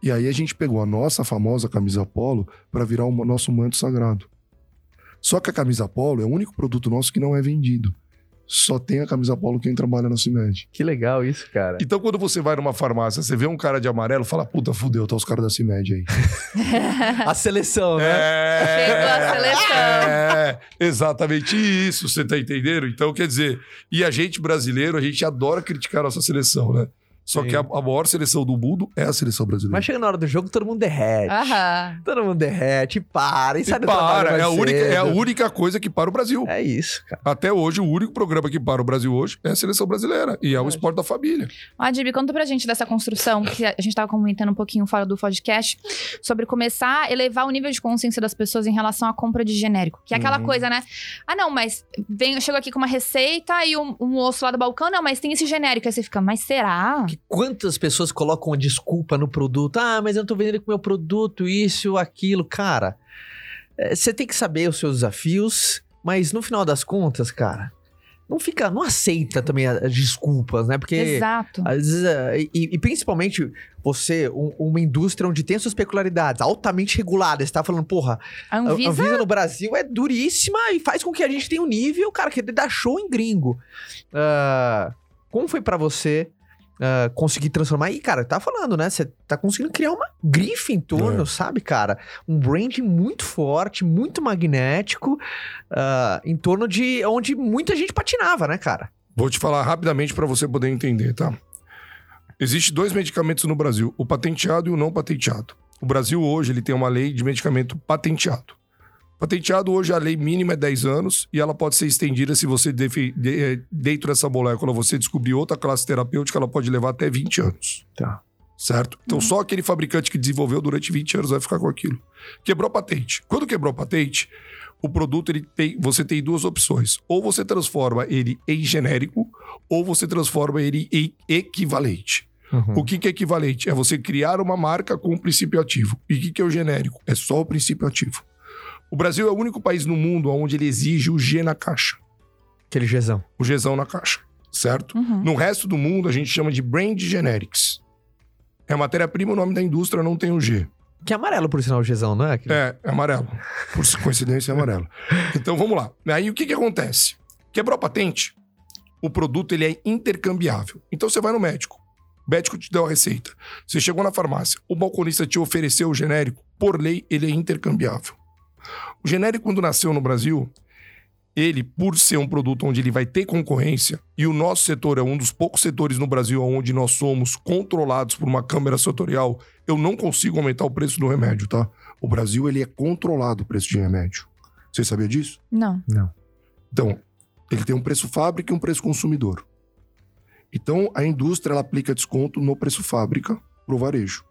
S3: E aí a gente pegou a nossa famosa camisa polo para virar o mo- nosso manto sagrado. Só que a camisa polo é o único produto nosso que não é vendido. Só tem a camisa polo quem trabalha na CIMED.
S1: Que legal isso, cara.
S2: Então, quando você vai numa farmácia, você vê um cara de amarelo, fala, puta,
S3: Puta, fudeu, tá os caras da CIMED aí.
S1: <laughs> A seleção, né?
S2: É,
S4: Chegou a seleção.
S2: É, exatamente isso, você tá entendendo? Então, quer dizer, e a gente brasileiro, a gente adora criticar a nossa seleção, né? Só
S1: Sim.
S2: que a, a maior seleção do mundo
S3: É a seleção brasileira.
S1: Mas chega na hora do jogo, todo mundo derrete.
S4: Aham.
S1: Todo mundo derrete, para, e
S2: e
S1: sai do trabalho
S2: para,
S1: mais
S2: é a, única, é a
S1: cedo.
S2: única coisa que para o Brasil.
S1: É isso, cara.
S2: Até hoje, o único programa que para o Brasil hoje é a seleção brasileira. E é o esporte da família.
S4: Ah, Dibi, conta pra gente dessa construção, que a gente tava comentando um pouquinho fora do podcast, sobre começar a elevar o nível de consciência das pessoas em relação à compra de genérico. Que é aquela
S3: Uhum.
S4: coisa, né? Ah, não, mas vem, eu chego aqui com uma receita e um, um osso lá do balcão, não, mas tem esse genérico. Aí você fica, mas será?
S1: Que quantas pessoas colocam a desculpa no produto? Ah, mas eu não tô vendendo com o meu produto, isso, aquilo. Cara, é, você tem que saber os seus desafios, mas no final das contas, cara, não fica, não aceita também as desculpas, né? Porque
S4: Exato.
S1: Às vezes, é, e, e principalmente você, um- uma indústria onde tem suas peculiaridades, altamente regulada, você tá falando, porra,
S4: A
S1: a- a
S4: Anvisa
S1: Anvisa no Brasil é duríssima e faz com que a gente tenha um nível, cara, que dá show em gringo. Ah, como foi pra você ah, conseguir transformar? E, cara, tá falando, né? Você tá conseguindo criar uma grife em torno, sabe, cara? Um branding muito forte, muito magnético, ah, em torno de onde muita gente patinava, né, cara?
S2: Vou te falar rapidamente para você poder entender, tá? Existe dois medicamentos no Brasil, o patenteado e o não patenteado. O Brasil hoje ele tem uma lei de medicamento patenteado. Patenteado hoje a lei mínima é 10 anos e ela pode ser estendida se você defi- de- eh, dentro dessa molécula você descobrir outra classe terapêutica, ela pode levar até 20 anos.
S1: Tá.
S2: Certo? Então só aquele fabricante que desenvolveu durante 20 anos vai ficar com aquilo. Quebrou a patente. Quando quebrou a patente, o produto ele tem, você tem duas opções. Ou você transforma ele em genérico, ou você transforma ele em equivalente.
S1: Uhum.
S2: O que, que é equivalente? É você criar uma marca com um princípio ativo. E o que, que é o genérico? É só o princípio ativo. O Brasil é o único país no mundo onde ele exige o G na caixa,
S1: Aquele Gzão.
S2: o Gzão na caixa, certo?
S4: Uhum.
S2: No resto do mundo, a gente chama de brand generics. É a matéria-prima, o nome da indústria não tem o G.
S1: Que é amarelo, por sinal, o Gzão, não é? Aquele-
S2: É, é amarelo.
S3: Por
S2: <laughs>
S3: coincidência, é amarelo.
S2: Então vamos lá. Aí o que, que acontece? Quebrou a patente, o produto ele é intercambiável. Então você vai no médico, o médico te deu a receita. Você chegou na farmácia, o balconista te ofereceu o genérico, por lei ele é intercambiável. O genérico, quando nasceu no Brasil, ele, por ser um produto onde ele vai ter concorrência, e o nosso setor é um dos poucos setores no Brasil onde nós somos controlados por uma câmara setorial, eu não consigo aumentar o preço do remédio, tá?
S3: O Brasil, ele é controlado o preço de remédio. Você sabia disso?
S4: Não.
S3: Então, ele tem um preço fábrica e um preço consumidor. Então, a indústria ela aplica desconto no preço fábrica pro varejo,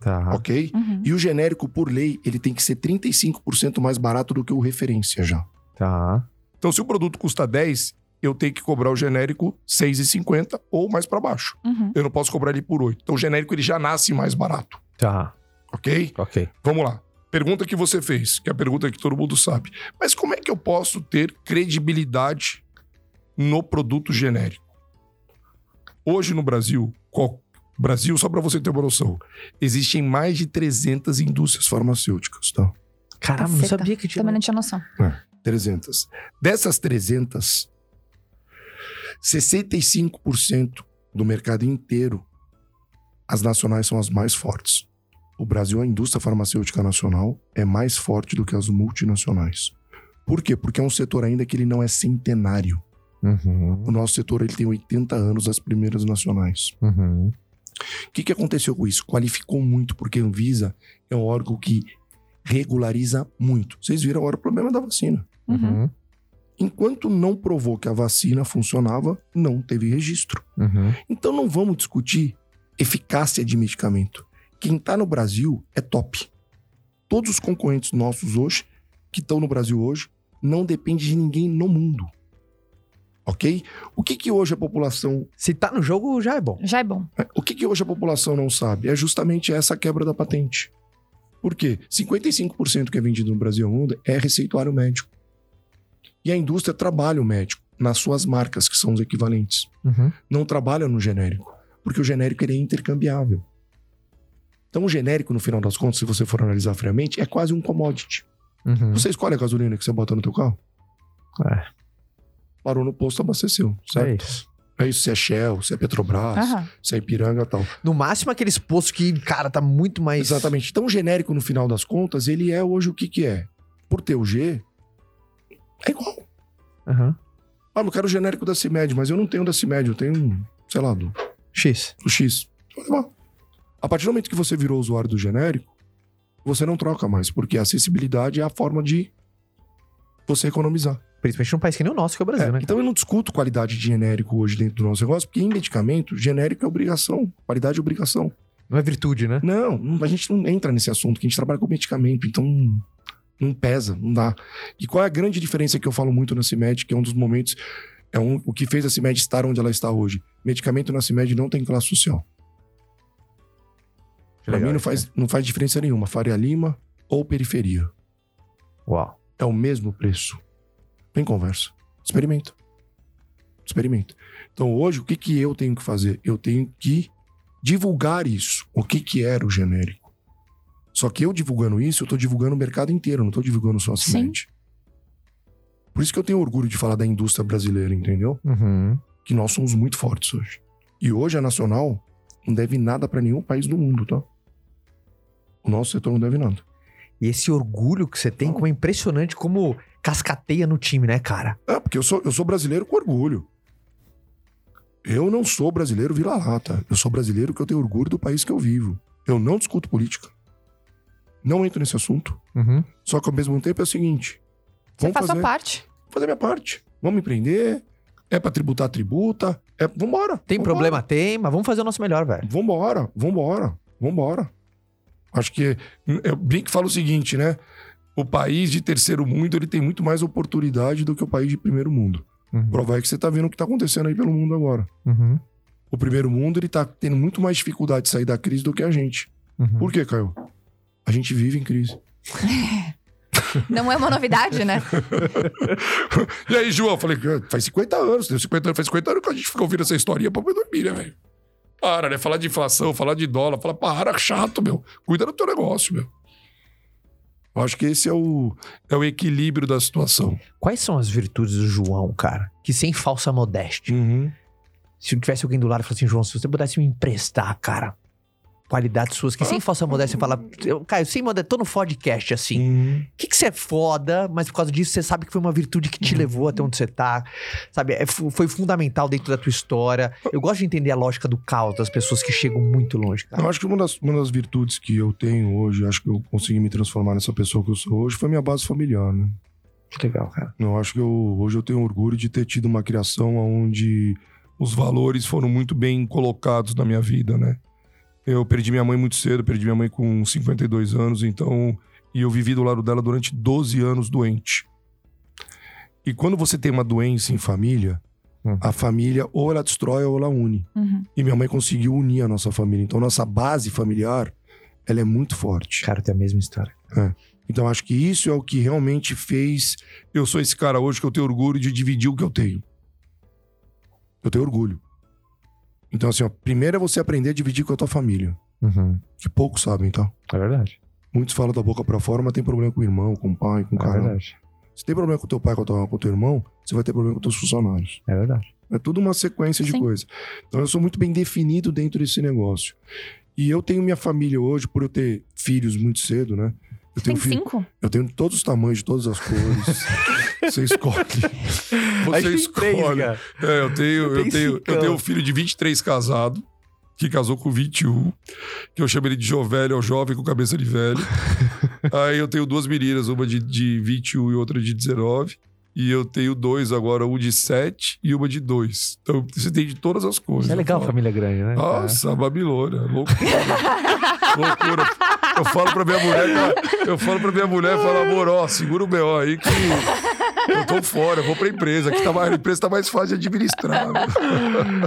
S1: Tá.
S3: ok?
S4: Uhum.
S3: E o genérico, por lei, ele tem que ser 35% mais barato do que o referência já.
S1: Tá.
S2: Então, se o produto custa 10, eu tenho que cobrar o genérico 6,50 ou mais para baixo.
S4: Uhum.
S2: Eu não posso cobrar ele por 8. Então, o genérico ele já nasce mais barato,
S1: Tá.
S2: ok?
S1: Ok.
S2: Vamos lá. Pergunta que você fez, que é a pergunta que todo mundo sabe. Mas como é que eu posso ter credibilidade no produto genérico? Hoje no Brasil, qual- Brasil, só para você ter uma noção, existem mais de 300 indústrias
S3: As farmacêuticas, tá?
S1: Caramba, não
S4: Caceta.
S1: sabia que tinha.
S4: Também não tinha noção.
S3: 300. Dessas 300, 65% do mercado inteiro, as nacionais são as mais fortes. O Brasil, a indústria farmacêutica nacional, é mais forte do que as multinacionais. Por quê? Porque é um setor ainda que ele não é centenário.
S1: Uhum,
S3: O nosso setor ele tem 80 anos das primeiras nacionais.
S1: uhum.
S3: O que, que aconteceu com isso? Qualificou muito, porque a Anvisa é um órgão que regulariza muito. Vocês viram agora o problema da vacina.
S4: Uhum.
S3: Enquanto não provou que a vacina funcionava, não teve registro.
S1: uhum.
S3: Então não vamos discutir eficácia de medicamento. Quem está no Brasil é top. Todos os concorrentes nossos hoje, que estão no Brasil hoje, não depende de ninguém no mundo.
S2: ok? O que, que hoje a população
S1: Se tá no jogo, já é bom.
S4: Já é bom.
S2: O que, que hoje a população não sabe? É justamente essa quebra da patente. Por quê? 55% que é vendido no Brasil e no mundo é receituário médico. E a indústria trabalha o médico nas suas marcas, que são os equivalentes.
S1: Uhum,
S2: Não trabalha no genérico, porque o genérico ele é intercambiável. Então o genérico, no final das contas, se você for analisar friamente, é quase um commodity.
S1: Uhum.
S2: Você escolhe a gasolina que você bota no teu carro,
S1: É,
S2: parou no posto, abasteceu,
S1: é
S2: certo?
S1: isso.
S2: É isso, se é Shell, se é Petrobras,
S4: Aham.
S2: se é Ipiranga tal.
S1: No máximo aqueles postos que, cara, tá muito mais.
S2: Exatamente. Então, o genérico, no final das contas, ele é hoje o que que é? Por ter o G, é igual.
S1: Aham.
S2: Ah, eu quero o genérico da CIMED, mas eu não tenho da CIMED, eu tenho, sei lá, do,
S1: X.
S2: do X. Então, vai lá. A partir do momento que você virou usuário do genérico, você não troca mais, porque a acessibilidade é a forma de você economizar.
S1: Principalmente num país que nem o nosso, que é o Brasil,
S2: É,
S1: né?
S2: então eu não discuto qualidade de genérico hoje dentro do nosso negócio, porque em medicamento, genérico é obrigação, qualidade é obrigação.
S1: Não é virtude, né?
S2: Não, não- a gente não entra nesse assunto, que a gente trabalha com medicamento, então não- não pesa, não dá. E qual é a grande diferença que eu falo muito na CIMED, que é um dos momentos, é um- o que fez a CIMED estar onde ela está hoje? Medicamento na CIMED não tem classe social. Para
S1: Legal
S2: É, mim não
S1: isso,
S2: faz, não faz diferença nenhuma, Faria Lima ou periferia.
S1: né? Uau.
S2: É o mesmo preço. Vem conversa. Experimenta. Experimenta. Então hoje, o que, que eu tenho que fazer? Eu tenho que divulgar isso. O que, que era o genérico? Só que eu divulgando isso, eu tô divulgando o mercado inteiro, eu não tô divulgando só a
S4: Sim.
S2: semente. Por isso que eu tenho orgulho de falar da indústria brasileira, entendeu?
S1: Uhum.
S2: Que nós somos muito fortes hoje. E hoje a Nacional não deve nada para nenhum país do mundo, tá? O nosso setor não deve nada.
S1: E esse orgulho que você tem, como é impressionante, como cascateia no time, né, cara?
S2: É, porque eu sou, eu sou brasileiro com orgulho. Eu não sou brasileiro vira-lata. Eu sou brasileiro que eu tenho orgulho do país que eu vivo. Eu não discuto política. Não entro nesse assunto.
S1: Uhum.
S2: Só que ao mesmo tempo é o seguinte:
S4: Você
S2: vamos
S4: faz
S2: fazer,
S4: sua parte.
S2: fazer minha parte. Vamos empreender. É pra tributar, tributa. É, vambora.
S1: Tem
S2: vambora.
S1: problema? Tem, mas vamos fazer o nosso melhor, velho.
S2: Vambora, vambora, vambora. Acho que eu bem que falo o seguinte, né? O país de terceiro mundo ele tem muito mais oportunidade do que o país de primeiro mundo.
S1: Uhum.
S2: Prova é que você tá vendo o que tá acontecendo aí pelo mundo agora.
S1: Uhum.
S2: O primeiro mundo ele tá tendo muito mais dificuldade de sair da crise do que a gente.
S1: Uhum.
S2: Por quê, Caio? A gente vive em crise.
S4: Não é uma novidade, né?
S6: E aí, João? Eu Falei,
S2: Falei, "Cara, faz 50 anos,
S6: deu 50 anos, faz 50 anos que a gente fica ouvindo essa historinha pra poder dormir, né, velho? Para, né? Falar de inflação, falar de dólar, falar, para, chato, meu. Cuida do teu negócio, meu.
S2: Eu acho que esse é o,
S6: É o equilíbrio da situação.
S1: Quais são as virtudes do João, cara? Que sem falsa modéstia.
S2: Uhum,
S1: Se tivesse alguém do lado e falasse assim, João, se você pudesse me emprestar, cara, qualidades suas, que sem falsa modéstia, você fala, eu, Caio, sem modéstia, tô no podcast assim.
S2: uhum.
S1: O que, que você é foda, mas por causa disso você sabe que foi uma virtude que te levou até onde você tá. Sabe, é fu- foi fundamental dentro da tua história. Eu gosto de entender a lógica do caos das pessoas que chegam muito longe, cara.
S2: Eu acho que uma das, uma das virtudes que eu tenho hoje, acho que eu consegui me transformar nessa pessoa que eu sou hoje, foi minha base familiar, né?
S1: Que legal, cara.
S2: Eu acho que eu- hoje eu tenho orgulho de ter tido uma criação onde
S6: Os valores foram muito bem colocados na minha vida, né? Eu perdi minha mãe muito cedo, perdi minha mãe com 52 anos, então. E eu vivi do lado dela durante 12 anos doente.
S2: E quando você tem uma doença em família,
S1: Hum.
S2: a família ou ela destrói ou ela une.
S4: Uhum.
S2: E minha mãe conseguiu unir a nossa família. Então, nossa base familiar, ela é muito forte.
S1: Cara, tem a mesma história.
S2: Então, acho que isso é o que realmente fez
S6: Eu sou esse cara hoje que eu tenho orgulho de dividir o que eu tenho.
S2: eu ter orgulho. Então, assim, ó, primeiro é você aprender a dividir com a tua família. Que poucos sabem, tá?
S1: Uhum. É verdade.
S2: Muitos falam da boca pra fora, mas tem problema com o irmão, com o pai, com o cara.
S1: É verdade.
S2: Se tem problema com o teu pai, com o teu, com o teu irmão, você vai ter problema com os teus funcionários.
S1: É verdade.
S2: É tudo uma sequência de
S4: Sim.
S2: coisas. Então eu sou muito bem definido dentro desse negócio. E eu tenho minha família hoje, por eu ter filhos muito cedo, né? Eu
S4: Tem
S2: tenho, filho-
S4: cinco?
S2: eu tenho de todos os tamanhos, de todas
S1: <laughs>
S2: as cores. Você escolhe.
S6: Você escolhe. É, eu tenho, eu
S1: Tem
S6: tenho,
S1: cincão.
S6: eu tenho um filho de 23 casado, que casou com 21, que eu chamo ele de jovelho, é o jovem com cabeça de
S1: <laughs>
S6: velho. Aí eu tenho duas meninas, uma de, de 21 e outra de 19. E eu tenho dois agora, um de 7 e uma de 2. Então você tem de todas as coisas.
S1: É legal
S6: Eu falo,
S1: família grande, né?
S6: Nossa, Babilônia, loucura.
S1: <laughs>
S6: loucura. Eu falo pra minha mulher, cara, eu falo pra minha mulher, falo, amor, ó, segura o BO aí que
S2: Eu tô fora, eu vou pra empresa. Aqui tá mais, a empresa tá mais fácil de administrar. né?"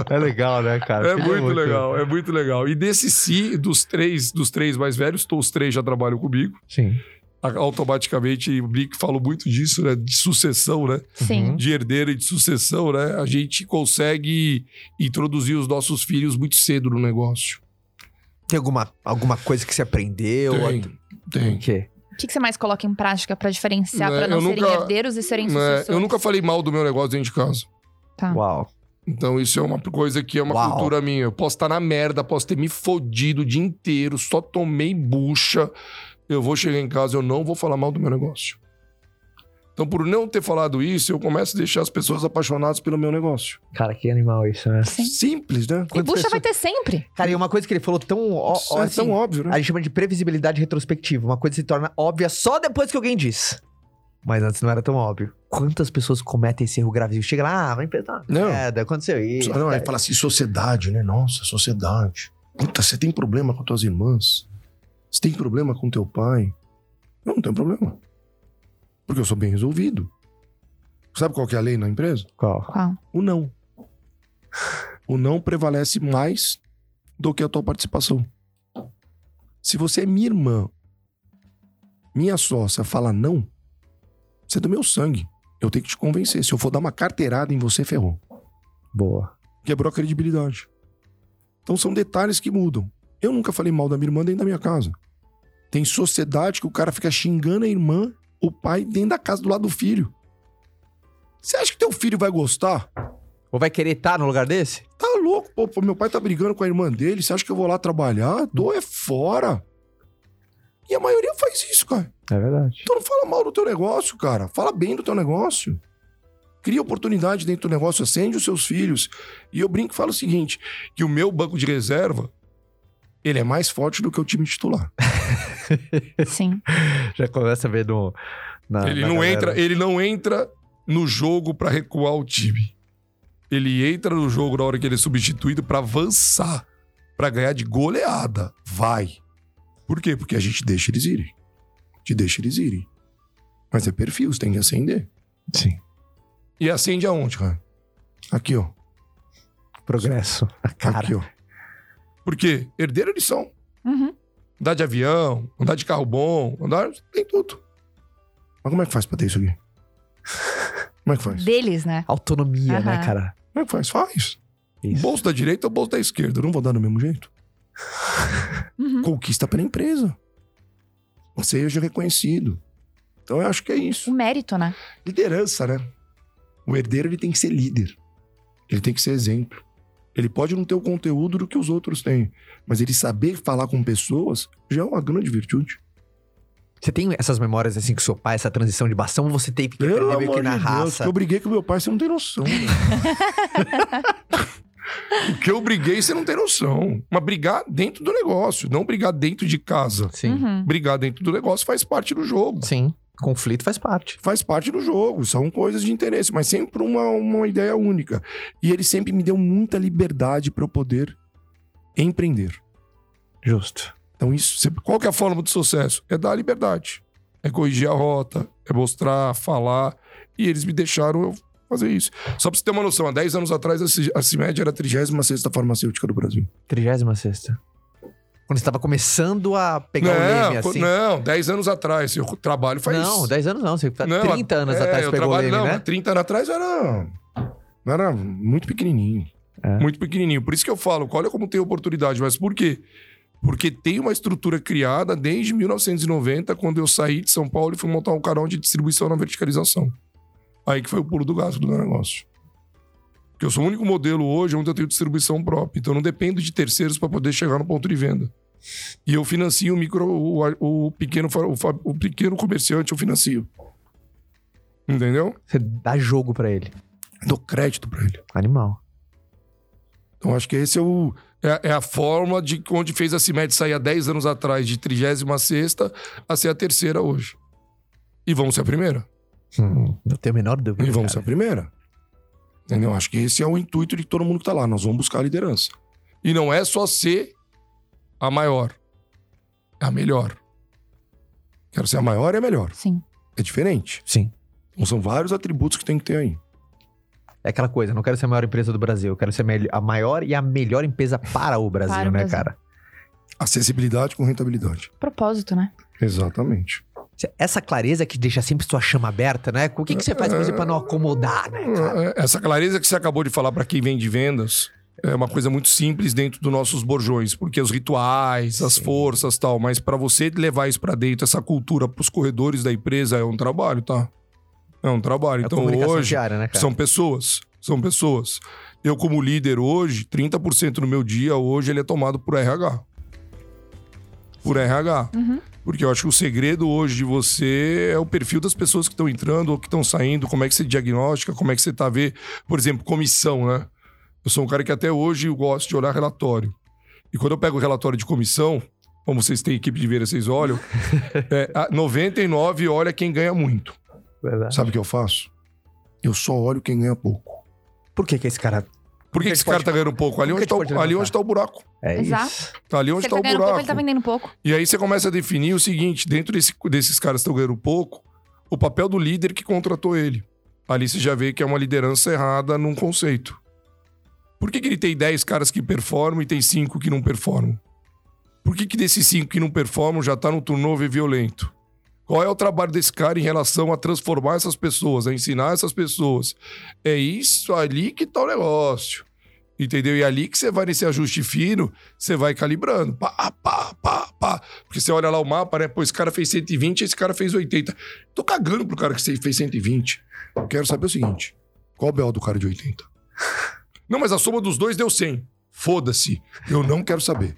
S1: É legal, né, cara?
S2: É
S1: Filho
S2: muito legal, é muito legal. E desse si, dos três, dos três mais velhos, to- os três já trabalham comigo.
S1: Sim.
S2: A- Automaticamente, e o Blick falou muito disso, né? De sucessão, né?
S4: <laughs> Sim.
S2: De herdeiro e de sucessão, né? A gente consegue introduzir os nossos filhos muito cedo no negócio.
S1: Tem alguma, alguma coisa que você aprendeu?
S2: Tem, tem.
S1: O quê?
S4: O que, que você mais coloca em prática pra diferenciar,
S2: Né,
S4: pra não
S2: eu
S4: serem
S2: nunca-
S4: herdeiros e serem
S2: Né?
S4: sucessores?
S2: Eu nunca falei mal do meu negócio dentro de casa.
S4: Tá.
S1: Uau.
S2: Então, isso é uma coisa que é uma
S1: Uau.
S2: cultura minha. Eu posso estar na merda, posso ter me fodido o dia inteiro, só tomei bucha. Eu vou chegar em casa, eu não vou falar mal do meu negócio. Então, por não ter falado isso, eu começo a deixar as pessoas apaixonadas pelo meu negócio.
S1: Cara, que animal isso, né?
S4: Sim.
S2: Simples, né?
S4: E
S2: Quantas
S4: bucha vai
S2: pessoas-
S4: ter sempre.
S1: Cara, e uma coisa que ele falou tão... Ó,
S2: Isso
S1: ó,
S2: é
S1: assim,
S2: tão óbvio, né?
S1: a gente chama de previsibilidade retrospectiva. Uma coisa se torna óbvia só depois que alguém diz. Mas antes não era tão óbvio. Quantas pessoas cometem esse erro gravíssimo? Chega lá, ah, vai empreender
S3: Não.
S1: merda, aconteceu isso. é."
S3: Não,
S2: é.
S3: aí fala assim, sociedade, né? Nossa, sociedade. Puta, você tem problema com tuas irmãs? Você tem problema com teu pai? Eu não tenho problema. Porque eu sou bem resolvido. Sabe qual que é a lei na empresa?
S1: Qual?
S4: Qual?
S3: O não. O não prevalece mais do que a tua participação. Se você é minha irmã, minha sócia, fala não, você é do meu sangue. Eu tenho que te convencer. Se eu for dar uma carteirada em você, ferrou
S1: Boa.
S3: quebrou a credibilidade. Então são detalhes que mudam. Eu nunca falei mal da minha irmã dentro da minha casa. Tem sociedade que o cara fica xingando a irmã, o pai, dentro da casa do lado do filho. Você acha que teu filho vai gostar?
S1: Ou vai querer estar no lugar desse?
S3: Tá louco, pô, pô, meu pai tá brigando com a irmã dele, você acha que eu vou lá trabalhar? Dou é fora. E a maioria faz isso, cara.
S1: É verdade.
S3: Então não fala mal do teu negócio, cara. Fala bem do teu negócio. Cria oportunidade dentro do negócio, acende os seus filhos. E eu brinco e falo o seguinte:
S2: Que o meu banco de reserva,
S3: ele é mais forte do que o time titular.
S4: Sim.
S1: Já começa a ver no... na-
S2: ele,
S1: na
S2: não
S1: Ah, galera.
S2: entra, ele não entra no jogo pra recuar o time. Ele entra no jogo na hora que ele é substituído pra avançar, pra ganhar de goleada.
S3: Vai.
S2: Por quê?
S3: Porque a gente deixa eles irem. Te deixa eles irem. Mas é perfil, você tem que acender.
S1: Sim.
S2: E acende aonde, cara?
S3: Aqui, ó.
S1: Progresso. A cara.
S3: Aqui, ó.
S2: Porque herdeiro eles são.
S4: Uhum.
S2: Andar de avião, andar de carro bom, andar.
S3: Tem tudo. Mas como é que faz pra ter isso
S1: <laughs>
S3: aqui? Como é que faz?
S4: Deles, né?
S1: Autonomia, né,
S4: Aham.
S1: cara?
S3: Como é que faz? Faz.
S1: Isso.
S2: Bolso da direita ou bolso da esquerda?
S3: Eu não vou dar do mesmo jeito.
S1: Hum.
S4: Uhum.
S3: Conquista pela empresa. Seja reconhecido. Então eu acho que é isso.
S4: O mérito, né?
S3: liderança, né? O herdeiro ele tem que ser líder. Ele tem que ser exemplo. Ele pode não ter o conteúdo do que os outros têm, mas ele saber falar com pessoas já é uma grande virtude.
S1: Você tem essas memórias assim que seu pai, essa transição de bastão, ou você teve que aprender meio que na raça?
S3: que eu briguei com meu pai, você não tem noção. né?
S2: <laughs> O que eu briguei, você não tem noção. Mas brigar dentro do negócio, não brigar dentro de casa.
S1: Sim.
S4: Uhum.
S2: Brigar dentro do negócio faz parte do jogo.
S1: Sim. Conflito faz parte.
S3: Faz parte do jogo, são coisas de interesse, mas sempre uma, uma ideia única. E ele sempre me deu muita liberdade para eu poder empreender.
S1: Justo.
S3: Então isso,
S2: Você- qual que é a forma do sucesso? É dar liberdade. É corrigir a rota, é mostrar, falar. E eles me deixaram eu fazer isso. Só pra você ter uma noção, há 10 anos atrás a Ci- a CIMED era 30
S3: 36 farmacêutica do Brasil.
S1: 36 Quando você tava começando a pegar o leme
S2: pô,
S1: assim.
S2: Não, 10 anos atrás. Eu trabalho faz
S1: Não, 10 anos não. Você tá
S2: Não,
S1: 30 anos
S2: é,
S1: atrás
S2: eu
S1: pegou o
S2: trabalho-
S1: leme,
S2: não,
S1: né?
S2: mas 30 anos atrás
S3: Mas era, era muito pequenininho.
S1: É.
S2: muito pequenininho. Por isso que eu falo, olha como tem oportunidade. Mas por quê? Porque tem uma estrutura criada desde 1990, quando eu saí de São Paulo e fui montar um canal de distribuição na verticalização. Aí que foi o pulo do gato do meu negócio. Porque eu sou o único modelo hoje onde eu tenho distribuição própria. Então eu não dependo de terceiros para poder chegar no ponto de venda. E eu financio o micro, o, o pequeno, fa- o, fa- o pequeno comerciante, eu financio. Entendeu?
S1: Você dá jogo pra ele.
S3: dou crédito pra ele.
S1: Animal.
S3: Então acho que esse é o.
S2: É, é a forma de onde fez a CIMED sair há 10 anos atrás, de 36 a ser a terceira hoje. E vamos ser a primeira.
S1: Hum, não tenho a menor dúvida.
S3: E vamos ser a
S1: cara.
S3: primeira. Entendeu? Acho que esse é o intuito de todo mundo que tá lá. Nós vamos buscar a liderança.
S2: E não é só ser a maior, é a melhor.
S3: Quero ser a maior e a melhor.
S4: Sim.
S3: É diferente.
S1: Sim.
S3: Então são vários atributos que tem que ter aí.
S1: É aquela coisa, não quero ser a maior empresa do Brasil, eu quero ser a mel- a maior e a melhor empresa para o Brasil,
S4: Para o
S1: né,
S4: Brasil.
S1: cara?
S3: Acessibilidade com rentabilidade.
S4: Propósito, né?
S3: Exatamente.
S1: Essa clareza que deixa sempre sua chama aberta, né? O que, que você faz, por exemplo, pra não acomodar, né, cara?
S2: É, Essa clareza que você acabou de falar para quem vende vendas é uma coisa muito simples dentro dos nossos borjões, porque os rituais, as
S1: Sim.
S2: forças tal, mas para você levar isso para dentro, essa cultura para os corredores da empresa é um trabalho, tá? É um trabalho.
S1: É a
S2: então
S1: comunicação
S2: hoje
S1: diária, né, cara?
S2: são pessoas, são pessoas. Eu como líder hoje, 30% do meu dia hoje ele é tomado por RH. Por RH.
S4: Uhum.
S2: Porque eu acho que o segredo hoje de você é o perfil das pessoas que estão entrando ou que estão saindo, como é que você diagnostica, como é que você tá vendo. Por exemplo, comissão, né? Eu sou um cara que até hoje eu gosto de olhar relatório. E quando eu pego o relatório de comissão, como vocês têm equipe de ver,
S1: <laughs>
S2: vocês olham, é, a 99 olha quem ganha muito.
S1: Verdade.
S3: Sabe o que eu faço? Eu só olho quem ganha pouco.
S1: Por que que esse cara...
S2: Por
S1: Porque
S2: que, que esse
S1: pode-
S2: cara tá ganhando pouco? Ali
S1: Porque
S2: onde está
S1: pode
S2: o, ali
S1: levantar.
S2: onde tá o buraco.
S1: É
S4: Exato.
S1: isso.
S2: Tá ali
S4: Se
S2: onde
S4: ele
S2: está
S4: tá
S2: o
S4: ganhando pouco, ele tá
S2: buraco.
S4: vendendo pouco.
S2: E aí você começa a definir o seguinte: dentro desse- desses caras que estão ganhando pouco, o papel do líder que contratou ele. Ali você já vê que é uma liderança errada num conceito. Por que, que ele tem 10 caras que performam e tem 5 que não performam? Por que, que desses 5 que não performam já tá no turnover violento? Qual é o trabalho desse cara em relação a transformar essas pessoas, a ensinar essas pessoas? É isso ali que tá o negócio. Entendeu? E é ali que você vai nesse ajuste fino, você vai calibrando. Pá, pá, pá, pá. Porque você olha lá o mapa, né? Pô, esse cara fez 120, esse cara fez 80. Tô cagando pro cara que fez 120.
S3: Eu quero saber o seguinte: qual o BO do cara de 80?
S2: <laughs> Não, mas a soma dos dois deu 100. Foda-se.
S3: Eu não quero saber.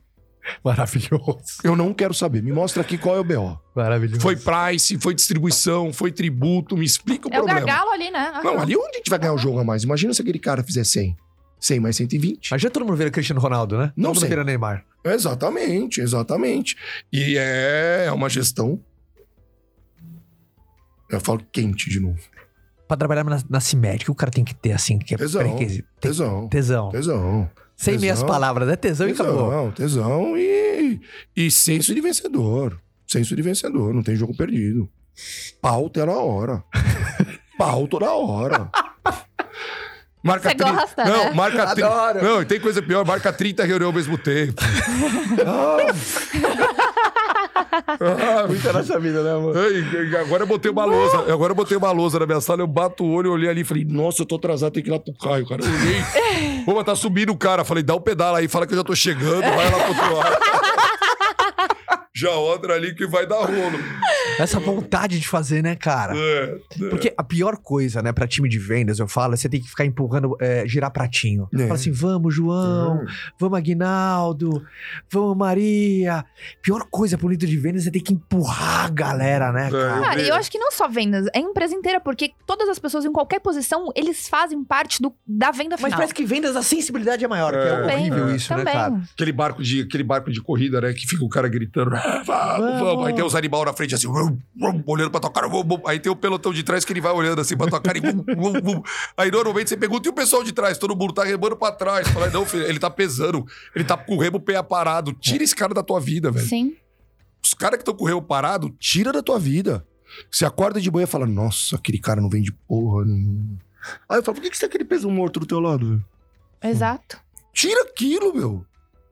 S1: Maravilhoso.
S3: Eu não quero saber. Me mostra aqui qual é o BO.
S1: Maravilhoso.
S2: Foi price, foi distribuição, foi tributo. Me explica o
S4: É o
S2: problema.
S4: gargalo ali, né? Ah,
S3: Não, ali onde a gente vai ganhar o jogo a mais? Imagina se aquele cara fizer 100. 100 mais 120.
S1: Mas já todo mundo vira Cristiano Ronaldo, né?
S3: Não
S1: todo mundo
S3: sei.
S1: vira Neymar.
S3: Exatamente, exatamente. E é uma gestão. Eu falo quente de novo.
S1: Pra trabalhar na, na CIMED, o que o cara tem que ter, assim, que é
S3: Tesão.
S1: pré-requisito? Tem-
S3: Tesão.
S1: Tesão.
S3: Tesão.
S1: Sem
S3: tesão.
S1: meias palavras, é tesão, e
S3: Tesão,
S1: acabou.
S3: tesão e, e senso de vencedor. Senso de vencedor, não tem jogo perdido. Pau toda
S1: <laughs>
S3: hora. Pau toda hora.
S2: Marca
S4: Você
S2: 30.
S4: gosta,
S2: não,
S4: né?
S2: marca 30.
S1: Adoro.
S2: Não, e tem coisa pior, marca 30 reuniões ao
S1: <laughs>
S2: mesmo tempo. ah,
S1: Muita nossa vida, né, amor?
S2: Ai, agora eu botei uma lousa. Agora eu botei uma lousa na minha sala, eu bato o olho, olhei ali e falei, nossa, eu tô atrasado, tem que ir lá pro Caio, cara. Eu olhei. Pô, mas tá subindo o cara. Falei, dá o pedal aí, fala que eu já tô chegando, vai lá pro outro lado. Já outra ali que vai dar rolo.
S1: Essa vontade de fazer, né, cara?
S2: É.
S1: Porque a pior coisa, né, pra time de vendas, eu falo, é você tem que ficar empurrando, é, girar pratinho.
S3: É.
S1: Fala assim, vamos, João, vamos, Aguinaldo, vamos, Maria. Pior coisa pro líder de vendas é ter que empurrar a galera, né,
S2: É,
S1: cara?
S4: Cara, e eu
S2: vejo.
S4: acho que não só vendas, é a empresa inteira, porque todas as pessoas em qualquer posição, eles fazem parte do, da venda
S1: Mas
S4: final.
S1: parece que vendas a sensibilidade é maior, que é
S2: É.
S1: horrível
S2: Também,
S1: isso,
S4: Também.
S1: né, cara?
S2: Aquele barco, de, aquele barco de corrida, né? Que fica o cara gritando, "Ah, vamos, vamos. Aí tem os animais na frente, assim, "Vum, vum", olhando pra tua cara. "Vum, vum". Aí tem o pelotão de trás que ele vai olhando assim pra tua cara. E, <laughs> "Vum, vum, vum". Aí normalmente você pergunta, e o pessoal de trás? Todo mundo tá remando pra trás. Fala, não, filho, ele tá pesando. Ele tá com o remo pé parado. Tira esse cara da tua vida, velho.
S4: Sim.
S2: Os caras que estão com o remo parado,
S3: Tira da tua vida. Você acorda de manhã e fala, nossa, aquele cara não vende porra nenhuma. Aí eu falo, por
S2: é
S3: que, que você tem aquele peso morto do teu lado? velho?
S4: Exato.
S3: Tira aquilo, meu.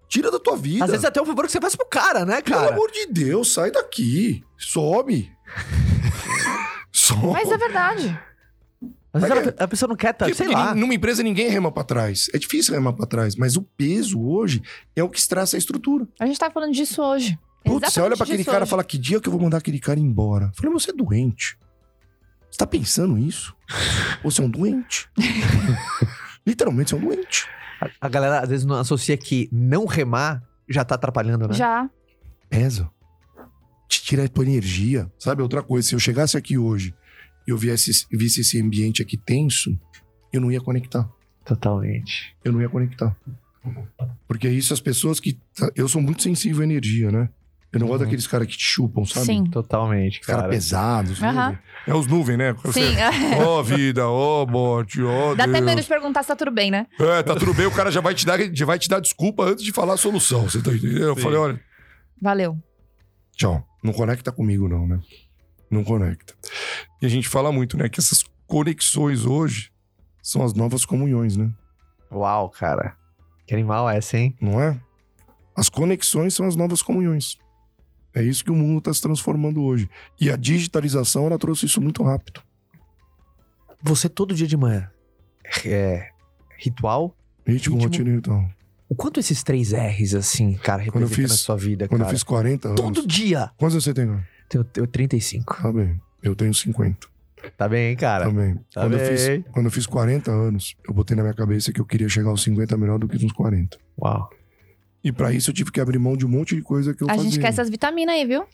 S3: Tira da tua vida.
S1: Às vezes é até o favor que você faz pro cara, né,
S3: Pelo
S1: cara?
S3: amor de Deus, sai daqui. Some. Some.
S4: Mas é verdade.
S1: Às vezes ela- a pessoa não quer, tá,
S3: Porque
S1: sei
S3: porque
S1: lá.
S3: nin- Numa empresa ninguém rema pra trás. É difícil remar pra trás, mas o peso hoje é o que estraça a estrutura.
S4: A gente tava falando disso hoje.
S3: Putz, você olha pra
S4: Exatamente
S3: aquele
S4: disso
S3: cara e
S4: hoje.
S3: fala: que dia que eu vou mandar aquele cara embora? Eu falei, "Mas você é doente. Você tá pensando isso? Você é um doente. Literalmente, você é um doente.
S1: A- A galera às vezes não associa que não remar já tá atrapalhando, né?
S4: Já.
S3: Pesa. Te tira a tua energia. Sabe, outra coisa, se eu chegasse aqui hoje e eu viesse, visse esse ambiente aqui tenso, eu não ia conectar.
S1: Totalmente.
S3: eu não ia conectar. Porque é isso, as pessoas que. tá, Eu sou muito sensível à energia, né? Eu não gosto
S1: Uhum.
S3: daqueles caras que te chupam, sabe?
S4: Sim.
S1: então. Totalmente,
S3: Os caras
S1: cara.
S3: pesados. Uhum.
S4: Aham.
S3: sabe?
S2: é os nuvens, né?
S4: Sim.
S2: Ó vida, ó morte, ó
S4: <laughs> Dá até
S2: Deus.
S4: medo de perguntar se tá tudo bem, né?
S2: É, tá tudo bem, o cara já vai te dar, já vai te dar desculpa antes de falar a solução. Você tá entendendo? Eu falei, olha,
S4: Valeu.
S3: Tchau. Não conecta comigo, não, né? Não conecta.
S2: E a gente fala muito, né? Que essas conexões hoje são as novas comunhões, né?
S1: Uau, cara. Que animal é essa, hein?
S2: Não é?
S3: As conexões são as novas comunhões. É isso que o mundo está se transformando hoje. E a digitalização, ela trouxe isso muito rápido.
S1: Você todo dia de manhã é ritual?
S3: Ritmo,
S1: Ritmo. É,
S3: rotina e ritual.
S1: O quanto esses três R's, assim, cara,
S3: Quando eu
S1: representam
S3: fiz-
S1: na sua vida,
S3: Quando
S1: cara?
S3: eu fiz 40 anos...
S1: Todo dia!
S3: Quantos anos você tem? cara?
S1: Tenho, tenho 35.
S3: Tá bem. Eu tenho 50.
S1: Tá bem, hein, cara?
S3: Também.
S1: tá
S3: quando, Eu
S1: bem.
S3: fiz, quando eu fiz 40 anos, eu botei na minha cabeça que eu queria chegar aos 50 melhor do que nos 40.
S1: Uau.
S3: E pra isso eu tive que abrir mão de um monte de coisa que eu
S4: A
S3: fazia.
S4: gente quer essas vitaminas aí, viu?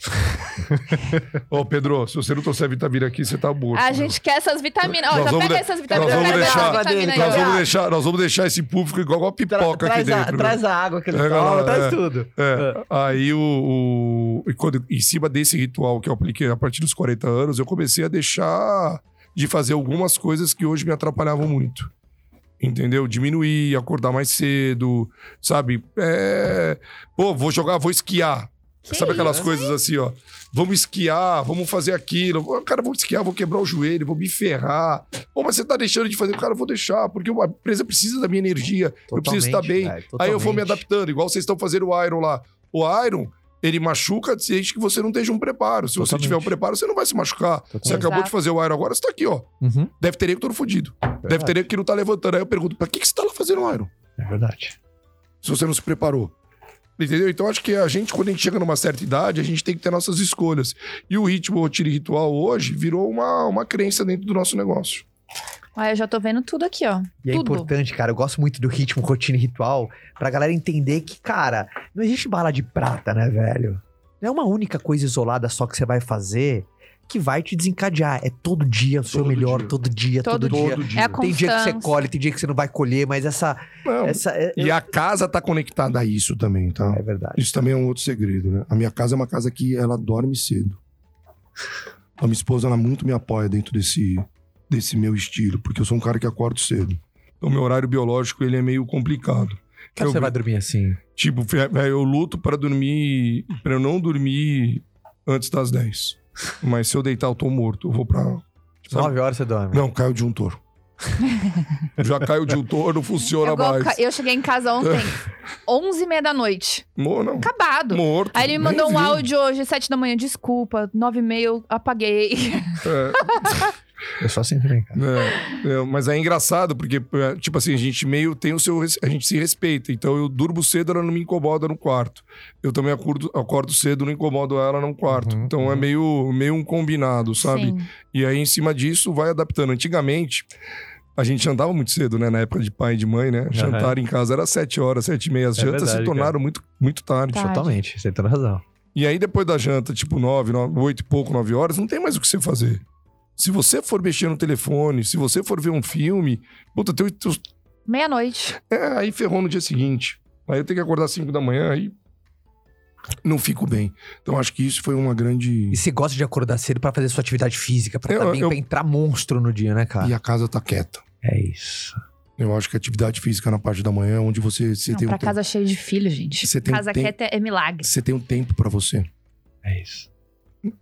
S2: Ô, Pedro, se você não trouxer vitamina aqui, você tá morto.
S4: A
S2: meu.
S4: gente quer essas vitaminas. Ó,
S2: Nós
S4: já
S2: vamos
S4: pega
S2: de-
S4: essas vitaminas.
S2: nós vamos
S4: eu quero
S2: deixar-
S4: essas
S1: nós
S4: vitaminas aí,
S2: Nós
S4: ó.
S2: vamos, deixar, nós vamos deixar esse público igual uma
S1: Tra-
S2: pipoca aqui
S1: traz, a,
S2: dentro.
S1: traz a água que ele
S2: É,
S1: toma,
S2: galera,
S1: traz
S2: é.
S1: tudo.
S2: É, Aí o. o- e quando, em cima desse ritual que eu apliquei a partir dos 40 anos, eu comecei a deixar de fazer algumas coisas que hoje me atrapalhavam muito. Entendeu? Diminuir, acordar mais cedo, sabe? É... Pô, vou jogar, vou esquiar.
S4: Que
S2: sabe aquelas
S4: isso?
S2: coisas assim, ó? Vamos esquiar, vamos fazer aquilo. Pô, Cara, vou esquiar, vou quebrar o joelho, vou me ferrar. Pô, mas você tá deixando de fazer. Cara, eu vou deixar, porque a empresa precisa da minha energia. eu preciso estar bem.
S1: Totalmente, velho,
S2: Aí eu vou me
S1: totalmente.
S2: adaptando, igual vocês estão fazendo o Iron lá. O Iron, ele machuca desde que você não esteja um preparo. Se você
S1: Totalmente.
S2: tiver um preparo, você não vai se machucar. Você
S1: Totalmente.
S2: acabou
S4: Exato.
S2: de fazer o Iron agora, você tá aqui, ó.
S1: Uhum.
S2: Deve ter nego todo fudido. Deve
S4: É.
S1: Verdade.
S2: ter nego que não tá levantando. Aí eu pergunto, pra que, que você tá lá fazendo o Iron?
S1: É verdade.
S2: Se você não se preparou. Entendeu? Então acho que a gente, quando a gente chega numa certa idade, a gente tem que ter nossas escolhas. E o ritmo, rotina e ritual hoje virou uma, uma crença dentro do nosso negócio.
S4: Ó, eu já tô vendo tudo aqui, ó.
S1: E é
S4: Tudo.
S1: importante, cara. Eu gosto muito do ritmo, rotina e ritual pra galera entender que, cara, não existe bala de prata, né, velho? Não é uma única coisa isolada só que você vai fazer que vai te desencadear. É todo dia o seu
S2: Todo
S1: melhor,
S2: dia.
S1: todo dia, todo,
S4: Todo
S1: dia.
S2: Todo dia.
S4: É a
S1: Tem dia que você
S4: Constância.
S1: colhe, tem dia que você não vai colher, mas essa.
S2: Não,
S1: essa é,
S2: e
S3: A casa tá conectada a isso também, tá?
S1: é verdade.
S3: Isso também é um outro segredo, né? A minha casa é uma casa que ela dorme cedo. A minha esposa, ela muito me apoia dentro desse, desse meu estilo, porque eu sou um cara que acordo cedo.
S2: o Então, meu horário biológico ele é meio complicado.
S1: Cara,
S2: eu
S1: você
S2: vi-
S1: vai dormir assim.
S2: Tipo, fe- velho, eu luto pra dormir, para não dormir antes das 10. Mas se eu deitar, eu tô morto. Eu vou pra. Sabe?
S1: Nove horas você dorme.
S3: Não, caiu de um touro.
S2: Já caiu de um touro, não funciona
S4: Eu, vou-
S2: mais.
S4: eu cheguei em casa ontem, 11 e meia da noite.
S2: Mor não.
S4: Acabado.
S2: Morto.
S4: Aí ele me mandou
S2: Nem
S4: um
S2: vi.
S4: áudio hoje, sete da manhã, desculpa, nove e meia, eu apaguei.
S2: É,
S1: Eu só sempre vem, cara.
S2: né, é, mas é engraçado, porque, é, tipo assim, a gente meio tem o seu. res- A gente se respeita. Então eu durmo cedo, ela não me incomoda no quarto. Eu também acordo, acordo cedo, não incomodo ela no quarto.
S1: Uhum,
S2: então é
S1: uhum.
S2: meio, meio um combinado, sabe?
S4: Sim.
S2: E aí, em cima disso, vai adaptando. Antigamente, a gente andava muito cedo, né? Na época de pai e de mãe, né? Jantar em casa era sete horas, sete e meia. As
S1: É
S2: jantas
S1: verdade,
S2: se tornaram muito, muito tarde.
S4: Tá.
S1: Totalmente, você tem razão.
S2: E aí, depois da janta, tipo nove, nove, oito e pouco, nove horas, não tem mais o que você fazer. Se você for mexer no telefone, se você for ver um filme, puta, tem, tem,
S4: Meia-noite.
S2: é, aí ferrou no dia seguinte. Aí eu tenho que acordar às cinco da manhã, aí não fico bem. Então, acho que isso foi uma grande...
S1: E você gosta de acordar cedo pra fazer sua atividade física, pra,
S2: Eu-
S1: tá bem,
S2: eu-
S1: pra entrar monstro no dia, né, cara?
S3: E a casa tá quieta.
S1: É isso.
S3: Eu acho que a atividade física na parte da manhã é onde você, você
S4: Não,
S3: tem um
S4: pra
S3: tempo.
S4: casa cheia de filho, gente.
S3: Você tem um
S4: Casa
S3: tempo.
S4: quieta é milagre.
S3: Você tem um tempo pra você,
S1: É isso.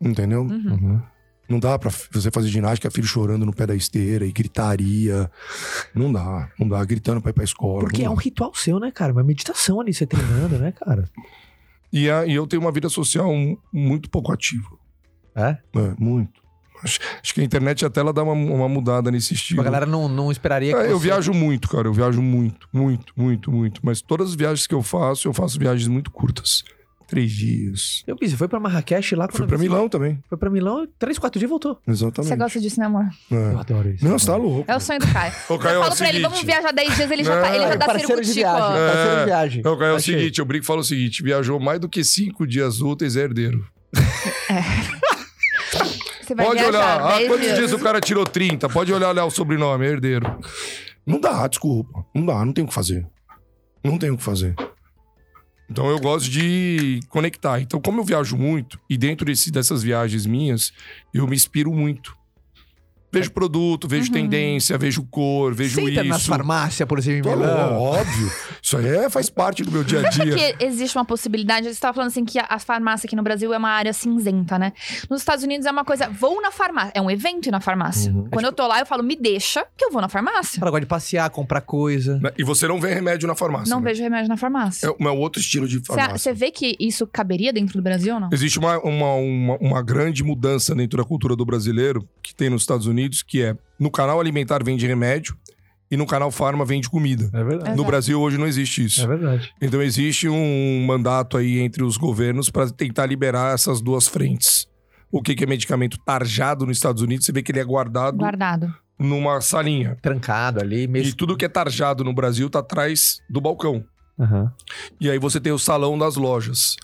S3: entendeu?
S4: Uhum.
S3: Não dá pra f- você fazer ginástica, filho chorando no pé da esteira e gritaria. Não dá, não dá. Gritando pra ir pra escola.
S1: Porque é
S3: não
S1: um
S3: dá.
S1: ritual seu, né, cara? Uma meditação ali, você treinando, né, <laughs> cara?
S2: E, a- e eu tenho uma vida social muito pouco ativa.
S1: É?
S3: É, muito.
S2: Acho, acho que a internet até ela dá uma, uma mudada
S3: Tipo,
S2: nesse estilo.
S1: Tipo, A galera não, não esperaria que
S2: É, eu
S1: você-
S2: viajo muito, cara. Eu viajo muito, muito, muito, muito. Mas todas as viagens que eu faço, eu faço viagens muito curtas. Três dias.
S1: Eu fiz, foi pra Marrakech lá.
S3: Fui
S1: quando
S3: pra
S1: eu vi-
S3: Milão também.
S1: Foi pra Milão, três, quatro dias e voltou.
S3: Exatamente.
S4: Você gosta disso, né, amor?
S3: É.
S1: Eu adoro isso.
S3: Não, você tá louco.
S4: É o sonho do Caio.
S2: Ô, Caio,
S4: eu
S2: é
S4: falo
S2: o
S4: pra ele,
S2: seguinte.
S4: vamos viajar 10 dias, ele já, tá, ele
S2: É,
S4: já dá
S1: parceiro de
S4: circutico.
S1: viagem,
S4: ó.
S1: parceiro de
S2: É.
S1: viagem.
S2: Não, cara, é o
S1: Achei.
S2: seguinte, eu brinco e falo o seguinte: viajou mais do que cinco dias úteis é herdeiro.
S4: Você vai
S2: Pode
S4: viajar
S2: olhar. Ah,
S4: 10
S2: quantos
S4: dias.
S2: dias o cara tirou 30? Pode olhar lá o sobrenome, é herdeiro.
S3: Não dá, desculpa. Não dá, não tem o que fazer. Não tem o que fazer.
S2: Então eu gosto de conectar. Então, como eu viajo muito, e dentro desse- dessas viagens minhas, eu me inspiro muito. Vejo produto, vejo
S4: Uhum.
S2: tendência, vejo cor, vejo
S1: Senta nas
S2: isso.
S1: farmácias, por exemplo,
S2: Tô
S1: em Milão.
S2: louco, óbvio. Isso aí é- faz parte do meu dia a dia.
S4: que existe uma possibilidade? Você estava falando assim que a, a farmácia aqui no Brasil é uma área cinzenta, né? Nos Estados Unidos é uma coisa, vou na farmácia. É um evento ir na farmácia.
S1: Uhum.
S4: Quando eu tô lá, eu falo, me deixa que eu vou na farmácia.
S1: Ela gosta de passear, comprar coisa.
S2: Né? E você não vê remédio na farmácia.
S4: Não
S2: né?
S4: vejo remédio na farmácia.
S2: É um é um outro estilo de farmácia.
S4: Você vê que isso caberia dentro do Brasil ou não?
S2: Existe uma, uma, uma, uma grande mudança dentro da cultura do brasileiro que tem nos Estados Unidos, que é no canal alimentar vende remédio e no canal farma vende comida.
S1: É verdade.
S2: No
S4: Exato.
S2: Brasil hoje não existe
S1: É.
S2: isso.
S1: verdade.
S2: Então existe um mandato aí entre os governos para tentar liberar essas duas frentes. O que, que é medicamento tarjado nos Estados Unidos, você vê que ele é guardado
S4: Guardado.
S2: numa salinha.
S1: Trancado ali, meio.
S2: E tudo que é tarjado no Brasil tá atrás do balcão.
S1: Aham.
S2: E aí você tem o salão das lojas.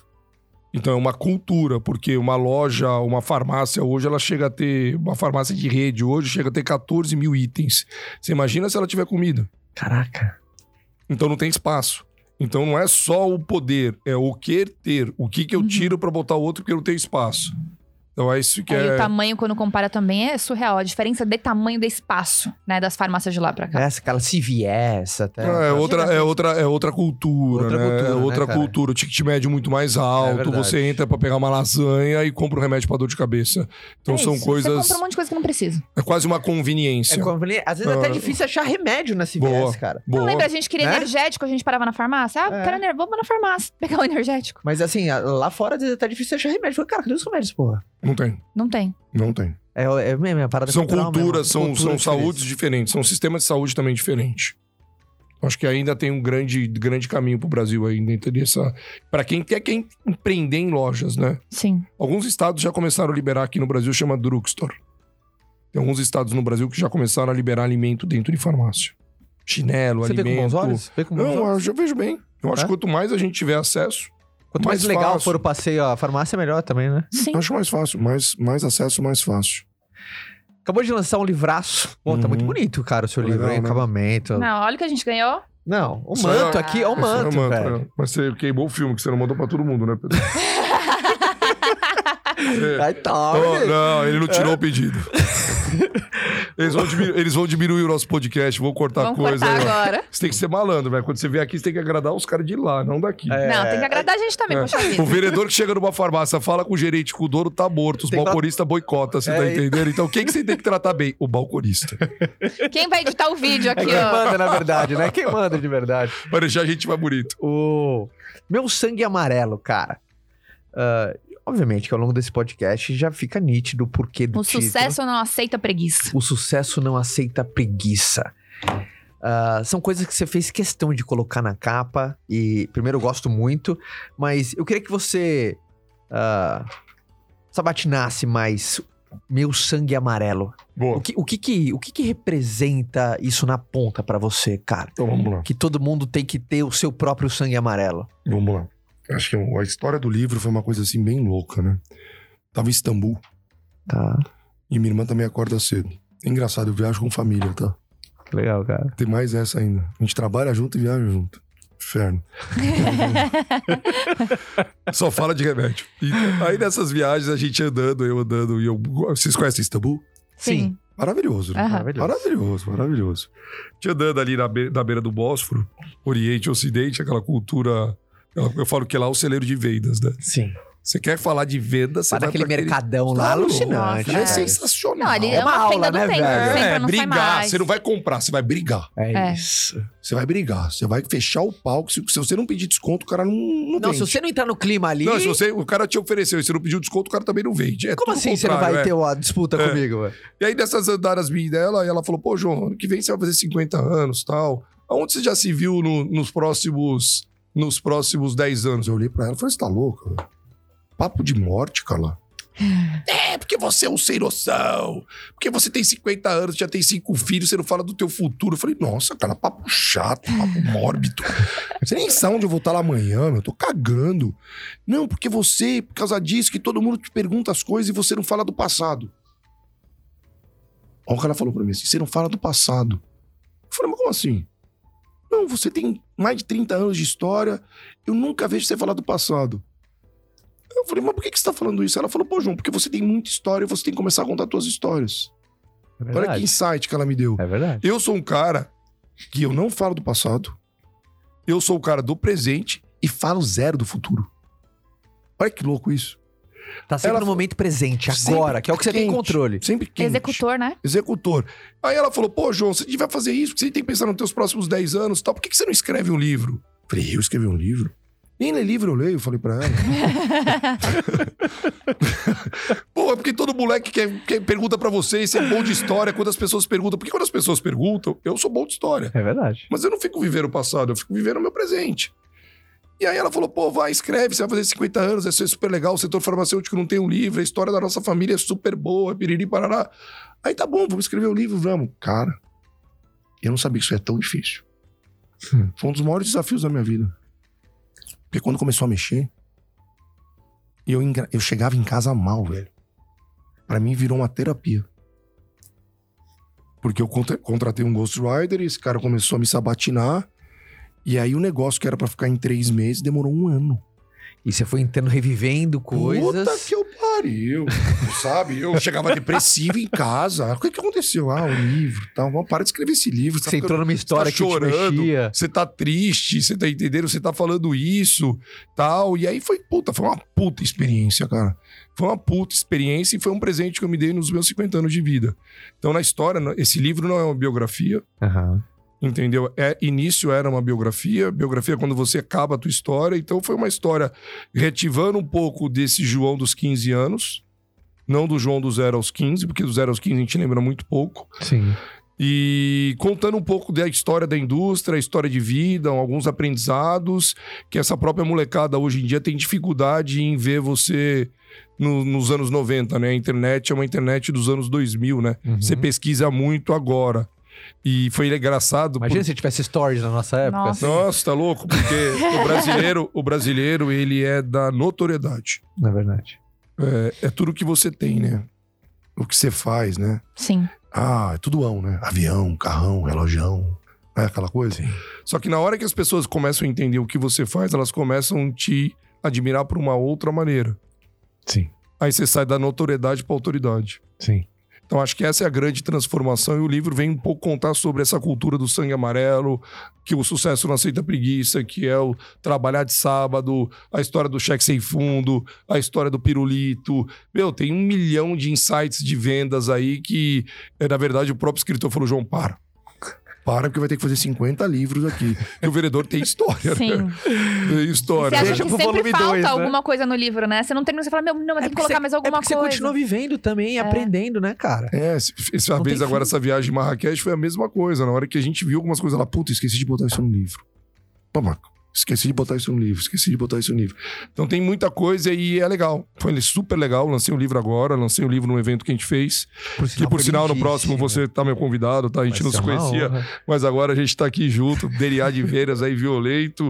S2: Então é uma cultura, porque uma loja, uma farmácia hoje, ela chega a ter. Uma farmácia de rede hoje chega a ter 14 mil itens. Você imagina se ela tiver comida.
S1: Caraca.
S2: Então não tem espaço. Então não é só o poder, é o querer ter. O que, que eu
S4: Uhum.
S2: tiro pra botar o outro porque eu não tenho espaço. Então é isso que
S4: Aí tá o
S2: é.
S4: tamanho, quando compara também, é surreal. A diferença de tamanho do espaço, né? Das farmácias de lá pra cá.
S1: Essa, aquela CVS até.
S2: É outra, é, outra, é outra cultura,
S1: Outra
S2: né?
S1: cultura,
S2: é
S1: né,
S2: outra
S1: cara? É
S2: cultura. O ticket médio é muito mais alto.
S1: verdade.
S2: você entra pra pegar uma lasanha e compra o remédio pra dor de cabeça. Então
S4: É
S2: são
S4: isso. Você
S2: coisas.
S4: compra um monte de coisa que não precisa.
S2: É quase uma
S1: É
S2: conveniência.
S1: conveniente. Às vezes é até
S2: Ah.
S1: difícil achar remédio né? na CVS,
S2: Boa.
S1: cara.
S2: Boa.
S4: Não lembra, a gente queria
S1: Né?
S4: energético, a gente parava na farmácia. Ah,
S1: É.
S4: cara, ener- vamos na farmácia <laughs> pegar o energético.
S1: Mas assim, a- lá fora às vezes é até difícil achar remédio. Falei, cara, cadê os remédios, porra?
S2: Não tem.
S4: Não tem.
S3: Não tem.
S1: É, é mesmo, é a parada
S2: São
S1: cultural mesmo,
S2: culturas, são,
S1: cultura
S2: são
S1: diferente.
S2: saúdes diferentes, são sistemas de saúde também diferentes. Acho que ainda tem um grande, grande caminho pro Brasil ainda dentro dessa. Para quem quer quem empreender em lojas, né?
S4: Sim.
S2: Alguns estados já começaram a liberar aqui no Brasil, chama drugstore. Tem alguns estados no Brasil que já começaram a liberar alimento dentro de farmácia. Chinelo,
S1: Você vê com bons
S2: alimento.
S1: olhos? Vê com bons
S2: Não,
S1: olhos?
S2: eu já vejo bem. Eu acho
S1: É?
S2: que quanto mais a gente tiver acesso,
S1: Quanto mais,
S2: mais
S1: legal
S2: fácil.
S1: for o passeio à farmácia, melhor também, né?
S4: Sim.
S3: Acho mais fácil, mais, mais acesso, mais fácil.
S1: Acabou de lançar um livraço. Pô, tá
S2: Uhum.
S1: muito bonito, cara, o seu livro,
S3: Legal,
S1: hein?
S3: né?
S1: Acabamento. Não.
S4: Não, olha o que a gente ganhou.
S1: o
S2: Isso
S1: manto
S2: é-
S1: aqui é o
S2: Esse era
S1: manto,
S2: manto,
S1: velho.
S2: é. Mas você queimou o filme, que você não mandou pra todo mundo, né,
S1: <laughs>
S2: Pedro? Você-
S1: Aí tá,
S2: Oh,
S1: olha.
S2: não, ele não tirou o pedido. Eles vão, diminuir, eles vão diminuir o nosso podcast, vão cortar
S4: vamos
S2: coisa.
S4: cortar
S2: aí, ó.
S4: agora.
S2: Você tem que ser malandro, velho. Quando você vier aqui, você tem que agradar os caras de lá, não daqui.
S1: É.
S4: Não, tem que agradar a gente também,
S2: É. <laughs>
S4: poxa
S2: O
S4: vida.
S2: vereador que chega numa farmácia, fala com o gerente, com o dono, tá morto. Os
S1: Tem que-
S2: balconistas boicotam, você
S1: É,
S2: tá
S1: então.
S2: entendendo? Então, quem que você tem que tratar bem? O balconista.
S4: Quem vai editar o vídeo
S1: É
S4: aqui,
S1: quem
S4: ó?
S1: manda, na verdade, né? Quem manda de verdade.
S2: Pra deixar a gente mais bonito.
S1: O meu sangue amarelo, cara. Ah, obviamente que ao longo desse podcast já fica nítido o porquê do
S4: O
S1: título.
S4: Um sucesso não aceita preguiça.
S1: O sucesso não aceita preguiça. Ah, são coisas que você fez questão de colocar na capa. E primeiro eu gosto muito, mas eu queria que você ah, sabatinasse mais meu sangue amarelo. O
S2: Boa.
S1: que, o que, que- o que, que representa isso na ponta pra você, cara?
S3: Então vamos lá.
S1: Que todo mundo tem que ter o seu próprio sangue amarelo.
S3: Vamos lá. Acho que a história do livro foi uma coisa assim bem louca, né? Tava em Istambul
S1: Tá,
S3: e minha irmã também acorda cedo.
S2: É
S3: Engraçado, eu viajo com família, tá?
S1: legal, cara.
S3: Tem mais essa ainda. A gente trabalha junto e viaja junto. Inferno.
S2: Só fala de remédio. E aí nessas viagens, a gente andando, eu andando, e eu. Vocês conhecem Istambul?
S1: <laughs> Sim.
S3: Maravilhoso, né?
S4: Aham.
S1: Maravilhoso.
S3: Maravilhoso, maravilhoso.
S2: gente andando ali na, be- na beira do Bósforo, Oriente, Ocidente, aquela cultura. aquela- Eu falo que lá é o celeiro de vendas, né?
S1: Sim.
S2: Você quer falar de vendas, você
S1: Para
S2: vai
S1: aquele
S2: pra aquele-
S1: mercadão lá,
S2: Tá
S1: alucinante. né?
S2: Já é,
S4: É.
S2: sensacional.
S4: Não, ali é
S1: uma
S4: uma
S1: aula,
S4: fenda do
S1: né,
S4: tempo.
S1: velho?
S4: Sempre
S2: É,
S4: não sai
S2: brigar.
S4: mais.
S2: Você não vai comprar, você vai brigar.
S1: É
S4: É.
S1: isso.
S3: Você vai brigar, você vai fechar o palco. Se, se você não pedir desconto, o cara não, não,
S1: Não,
S3: vende.
S1: se você não entrar no clima ali.
S2: Não, se você, o cara te ofereceu e você não pediu desconto, o cara também não vende. É
S1: Como
S2: tudo
S1: assim
S2: o
S1: você não
S2: contrário,
S1: vai
S2: é.
S1: ter uma disputa
S2: É.
S1: comigo, velho?
S2: E aí, dessas andadas minhas dela, ela falou: pô, João, ano que vem você vai fazer 50 anos tal. Aonde você já se viu no- nos próximos nos próximos 10 anos?
S3: Eu olhei pra ela e falei: você tá louco? velho? Papo de morte, cara.
S2: É porque você é um sem noção. Porque você tem 50 anos, já tem cinco filhos, você não fala do teu futuro. Eu falei, nossa, cara, papo chato, papo mórbido.
S3: Você nem sabe onde eu vou estar lá amanhã, meu. Eu tô cagando. Não, porque você, por causa disso, que todo mundo te pergunta as coisas e você não fala do passado. Aí o cara falou pra mim assim: você não fala do passado. Eu falei, mas como assim? Não, você tem mais de 30 anos de história, eu nunca vejo você falar do passado. Eu falei, mas por que que você tá falando isso? Ela falou, pô, João, porque você tem muita história e você tem que começar a contar suas histórias.
S1: É
S3: Olha que
S1: verdade.
S3: insight que ela me deu.
S1: É verdade.
S2: Eu sou um cara.
S3: Que eu não falo do passado, eu sou o cara do presente e falo zero do futuro. Olha que louco isso.
S1: Tá sempre
S3: Ela
S1: no
S3: falou-
S1: momento presente,
S3: Sempre
S1: agora, que é o que você tem
S3: quente.
S1: controle.
S3: Sempre quente.
S4: Executor, né?
S3: executor. Aí ela falou, pô, João, você devia fazer isso, porque você tem que pensar nos teus próximos 10 anos e tal. Por que, que você não escreve um livro? Falei, eu escrevi um livro? Nem ler livro eu leio, falei pra ela.
S2: Pô, é porque todo moleque quer, quer- pergunta pra vocês se é bom de história, quando as pessoas perguntam. Porque quando as pessoas perguntam, eu sou bom de história.
S1: É verdade.
S2: Mas eu não fico vivendo o passado, eu fico vivendo o meu presente. E aí ela falou, pô, vai, escreve, você vai fazer 50 anos, vai ser super legal, o setor farmacêutico não tem um livro, a história da nossa família é super boa, piriri, parará.
S3: Aí tá bom, vamos escrever o livro, vamos. Cara, eu não sabia que isso é tão difícil.
S1: Hum.
S3: Foi um dos maiores desafios da minha vida. Porque quando começou a mexer, eu, engra- eu chegava em casa mal, velho. Pra mim virou uma terapia. Porque eu contra- contratei um ghostwriter, esse cara começou a me sabatinar. E aí o negócio que era pra ficar em três meses demorou um ano.
S1: E você foi entrando, revivendo
S3: Puta
S1: coisas.
S3: que eu pariu, sabe?
S1: <laughs>
S3: Eu chegava depressivo em casa. O que, que aconteceu? Ah, o livro e tal. Vamos, para de escrever esse livro. Tá
S1: Você entrou numa história que te
S2: chorando.
S1: mexia.
S2: Você tá triste, você tá entendendo, você tá falando isso, tal. E aí foi, puta, foi uma puta experiência, cara. Foi uma puta experiência e foi um presente que eu me dei nos meus 50 anos de vida. Então, na história, esse livro não é uma biografia,
S1: Aham.
S2: Entendeu? É, início era uma biografia, biografia é quando você acaba a tua história, então foi uma história reativando um pouco desse João dos 15 anos, não do João do zero aos 15, porque do zero aos 15 a gente lembra muito pouco,
S1: Sim.
S2: e contando um pouco da história da indústria, a história de vida, alguns aprendizados, que essa própria molecada hoje em dia tem dificuldade em ver você no- nos anos 90, né? A internet é uma internet dos anos 2000, né?
S1: Uhum.
S2: Você pesquisa muito agora. E foi engraçado.
S1: Imagina se tivesse stories na nossa época.
S4: Nossa.
S2: Nossa, tá louco? Porque o brasileiro, o brasileiro, ele é da notoriedade.
S1: Na verdade.
S2: É, é tudo que você tem, né?
S3: O que você faz, né?
S4: Sim.
S3: Ah, é tudo ão, né? Avião, carrão, relojão. Não é aquela coisa?
S2: né? Só que na hora que as pessoas começam a entender o que você faz, elas começam a te admirar por uma outra maneira.
S1: Sim.
S2: Aí você sai da notoriedade pra autoridade.
S1: Sim.
S2: Então acho que essa é a grande transformação e o livro vem um pouco contar sobre essa cultura do sangue amarelo, que o sucesso não aceita preguiça, que é o trabalhar de sábado, a história do cheque sem fundo, a história do pirulito. Meu, tem um milhão de insights de vendas aí que, é, na verdade, o próprio escritor falou, João, para.
S3: Para, porque vai ter que fazer 50 livros aqui.
S2: E o vendedor tem história, né?
S4: Sim.
S2: Tem
S4: Você
S2: história.
S4: acha
S1: Deixa
S4: que
S1: pro
S4: sempre
S1: volume
S4: falta
S1: dois, né?
S4: alguma coisa no livro, né? Você não termina, você fala, meu, não, mas tem
S1: porque
S4: que colocar
S1: você-
S4: mais
S1: É
S4: alguma
S1: porque você
S4: coisa.
S1: continua vivendo também, e aprendendo, né, cara?
S2: É, se- essa
S1: Não
S2: vez
S1: tem
S2: agora,
S1: fim.
S2: essa viagem em Marrakech foi a mesma coisa. Na hora que a gente viu algumas coisas lá,
S3: Ela, puta, esqueci de botar isso no livro. Pô, Marco, esqueci de botar isso no livro, esqueci de botar isso no livro.
S2: Então tem muita coisa e é legal. Foi super legal. Lancei o livro agora, lancei o livro no evento que a gente fez. que por
S1: foi
S2: sinal, no
S1: lindíssimo.
S2: próximo você tá meu convidado, tá? A gente
S1: né? Vai ser
S2: não se
S1: uma
S2: conhecia,
S1: honra.
S2: mas agora a gente tá aqui junto, Deriá de Veiras aí, Violeto.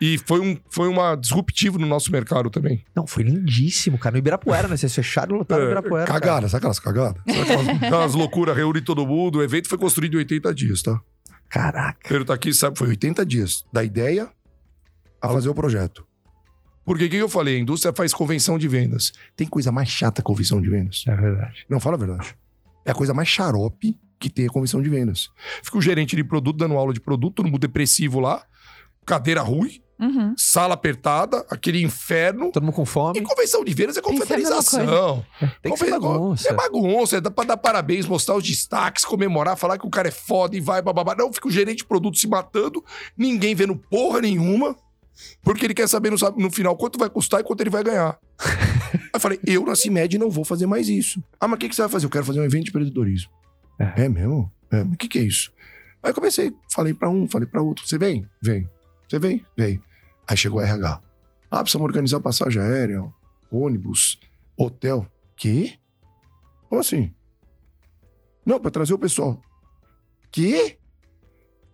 S2: E foi, um, foi uma disruptivo no nosso mercado também.
S1: Não, foi lindíssimo, cara. No Ibirapuera, né? Vocês fecharam e
S4: Tá
S1: lotaram no Ibirapuera. cara.
S3: Cagada, sabe aquelas cagadas?
S2: É, Sabe Aquelas,
S4: <laughs>
S2: aquelas loucuras, reúne todo mundo. O evento foi construído em 80 dias, tá?
S1: Caraca.
S2: Ele tá aqui, sabe?
S3: Foi
S2: Foi.
S3: 80 dias, da ideia a fazer o projeto.
S2: Porque o que eu falei? A indústria faz convenção de vendas.
S3: Tem coisa mais chata que convenção de vendas?
S1: É verdade.
S3: Não, fala a verdade. É a coisa mais xarope que tem a convenção de vendas.
S2: Fica o gerente de produto dando aula de produto, todo mundo depressivo lá, cadeira ruim,
S4: Uhum.
S2: sala apertada, aquele inferno.
S1: Todo mundo com fome.
S2: E convenção de vendas é
S4: Tem que ser a mesma
S2: confraternização.
S1: Tem que ser
S2: Conven-
S1: bagunça.
S2: É bagunça, é dar pra dar parabéns, mostrar os destaques, comemorar, falar que o cara é foda e vai, bababá. Não, fica o gerente de produto se matando, ninguém vendo porra nenhuma, porque ele quer saber no, sa- no final quanto vai custar e quanto ele
S1: <laughs>
S2: vai ganhar.
S3: Aí eu falei, eu na CIMED não vou fazer mais isso. Ah, mas o que, que você vai fazer? Eu quero fazer um evento de empreendedorismo.
S1: É.
S3: É, mesmo? É, mas o que, que é isso? Aí eu comecei, falei pra um, falei pra outro. Você vem? Vem. Você vem? Vem. Aí chegou a RH. Ah, precisamos organizar passagem aérea, ônibus, hotel. Quê? Como assim? Não, pra trazer o pessoal. Quê?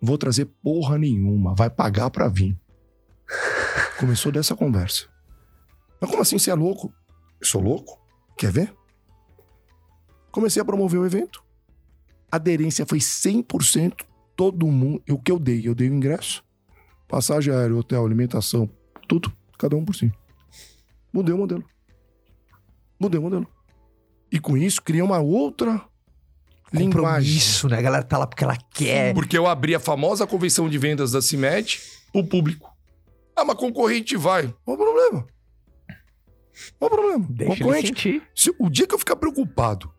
S3: Vou trazer porra nenhuma. Vai pagar pra vir. Começou dessa conversa. Mas como assim você é louco? Eu sou louco? Quer ver? Comecei a promover o evento. A aderência foi 100%. Todo mundo. O que eu dei? Eu dei o ingresso, passagem aérea, hotel, alimentação, tudo. Cada um por si. Mudei o modelo. Mudei o modelo. E com isso, criei uma outra Linguagem.
S1: Compromisso, né? A galera tá lá porque ela quer.
S2: Porque eu abri a famosa convenção de vendas da CIMED pro público. Ah, mas concorrente vai.
S3: Qual o problema? Qual o problema?
S1: Deixa ele
S3: concorrente.
S1: sentir.
S3: Se- o dia que eu ficar preocupado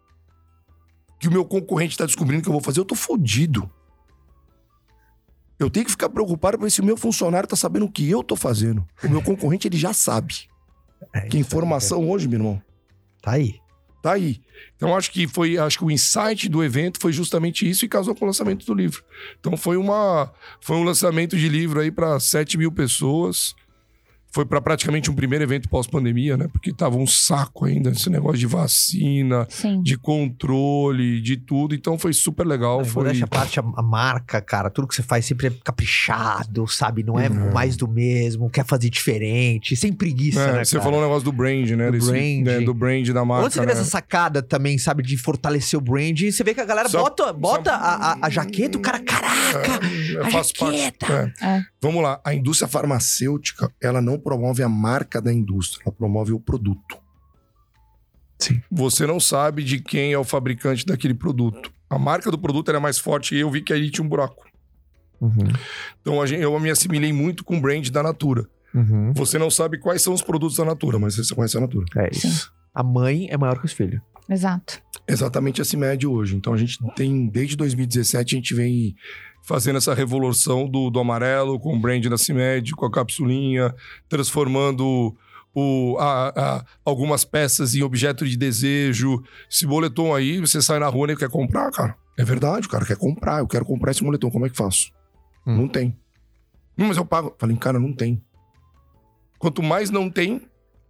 S3: que o meu concorrente tá descobrindo o que eu vou fazer, eu tô fodido. Eu tenho que ficar preocupado pra ver se o meu funcionário tá sabendo o que eu tô fazendo. O meu concorrente, ele já sabe.
S1: É isso
S3: Que
S1: aí,
S3: informação hoje, meu irmão,
S1: cara. Tá aí.
S3: tá aí.
S2: Então acho que foi, acho que o insight do evento foi justamente isso e casou com o lançamento do livro. Então foi uma, foi um lançamento de livro aí para 7 mil pessoas. Foi para praticamente um primeiro evento pós-pandemia, né? Porque tava um saco ainda esse negócio de vacina,
S4: Sim.
S2: de controle, de tudo. Então foi super legal.
S1: Não,
S2: foi...
S1: Modéstia à parte, a, a marca, cara, tudo que você faz sempre é caprichado, sabe? Não é
S3: Uhum.
S1: mais do mesmo, quer fazer diferente, sem preguiça,
S2: É,
S1: né,
S2: você
S1: cara?
S2: falou um negócio do brand,
S1: Do
S2: né? Desse-
S1: brand.
S2: né, Do brand da marca.
S1: Onde você teve
S2: né?
S1: essa sacada também, sabe, de fortalecer o brand, e você vê que a galera
S2: Só- Uhum.
S1: bota, bota
S2: só-
S1: a, a- a jaqueta, o cara, caraca!
S2: é Eu
S1: A
S2: faço
S1: jaqueta.
S2: parte. é.
S4: É.
S2: Vamos lá.
S3: A indústria farmacêutica, ela não promove a marca da indústria, ela promove o produto.
S2: Você não sabe de quem é o fabricante daquele produto. A marca do produto era mais forte e eu vi que aí tinha um buraco.
S1: Uhum,
S2: Então a gen- eu me assimilei muito com o brand da Natura.
S1: uhum.
S2: Você não sabe quais são os produtos da Natura, mas você conhece a Natura.
S1: É isso. A mãe é maior que os filhos.
S4: Exato.
S3: Exatamente essa média hoje. Então a gente tem, desde 2017, a gente vem.
S2: Fazendo essa revolução do, do amarelo com o brand da CIMED, com a capsulinha, transformando o- a- a- algumas peças em objeto de desejo. Esse boletom aí, você sai na rua e quer comprar, cara.
S3: É verdade, o cara quer comprar, eu quero comprar esse moletom, como é que faço?
S1: Hum.
S3: Não tem. Não, mas eu pago. Falei, cara, não tem.
S2: Quanto mais não tem,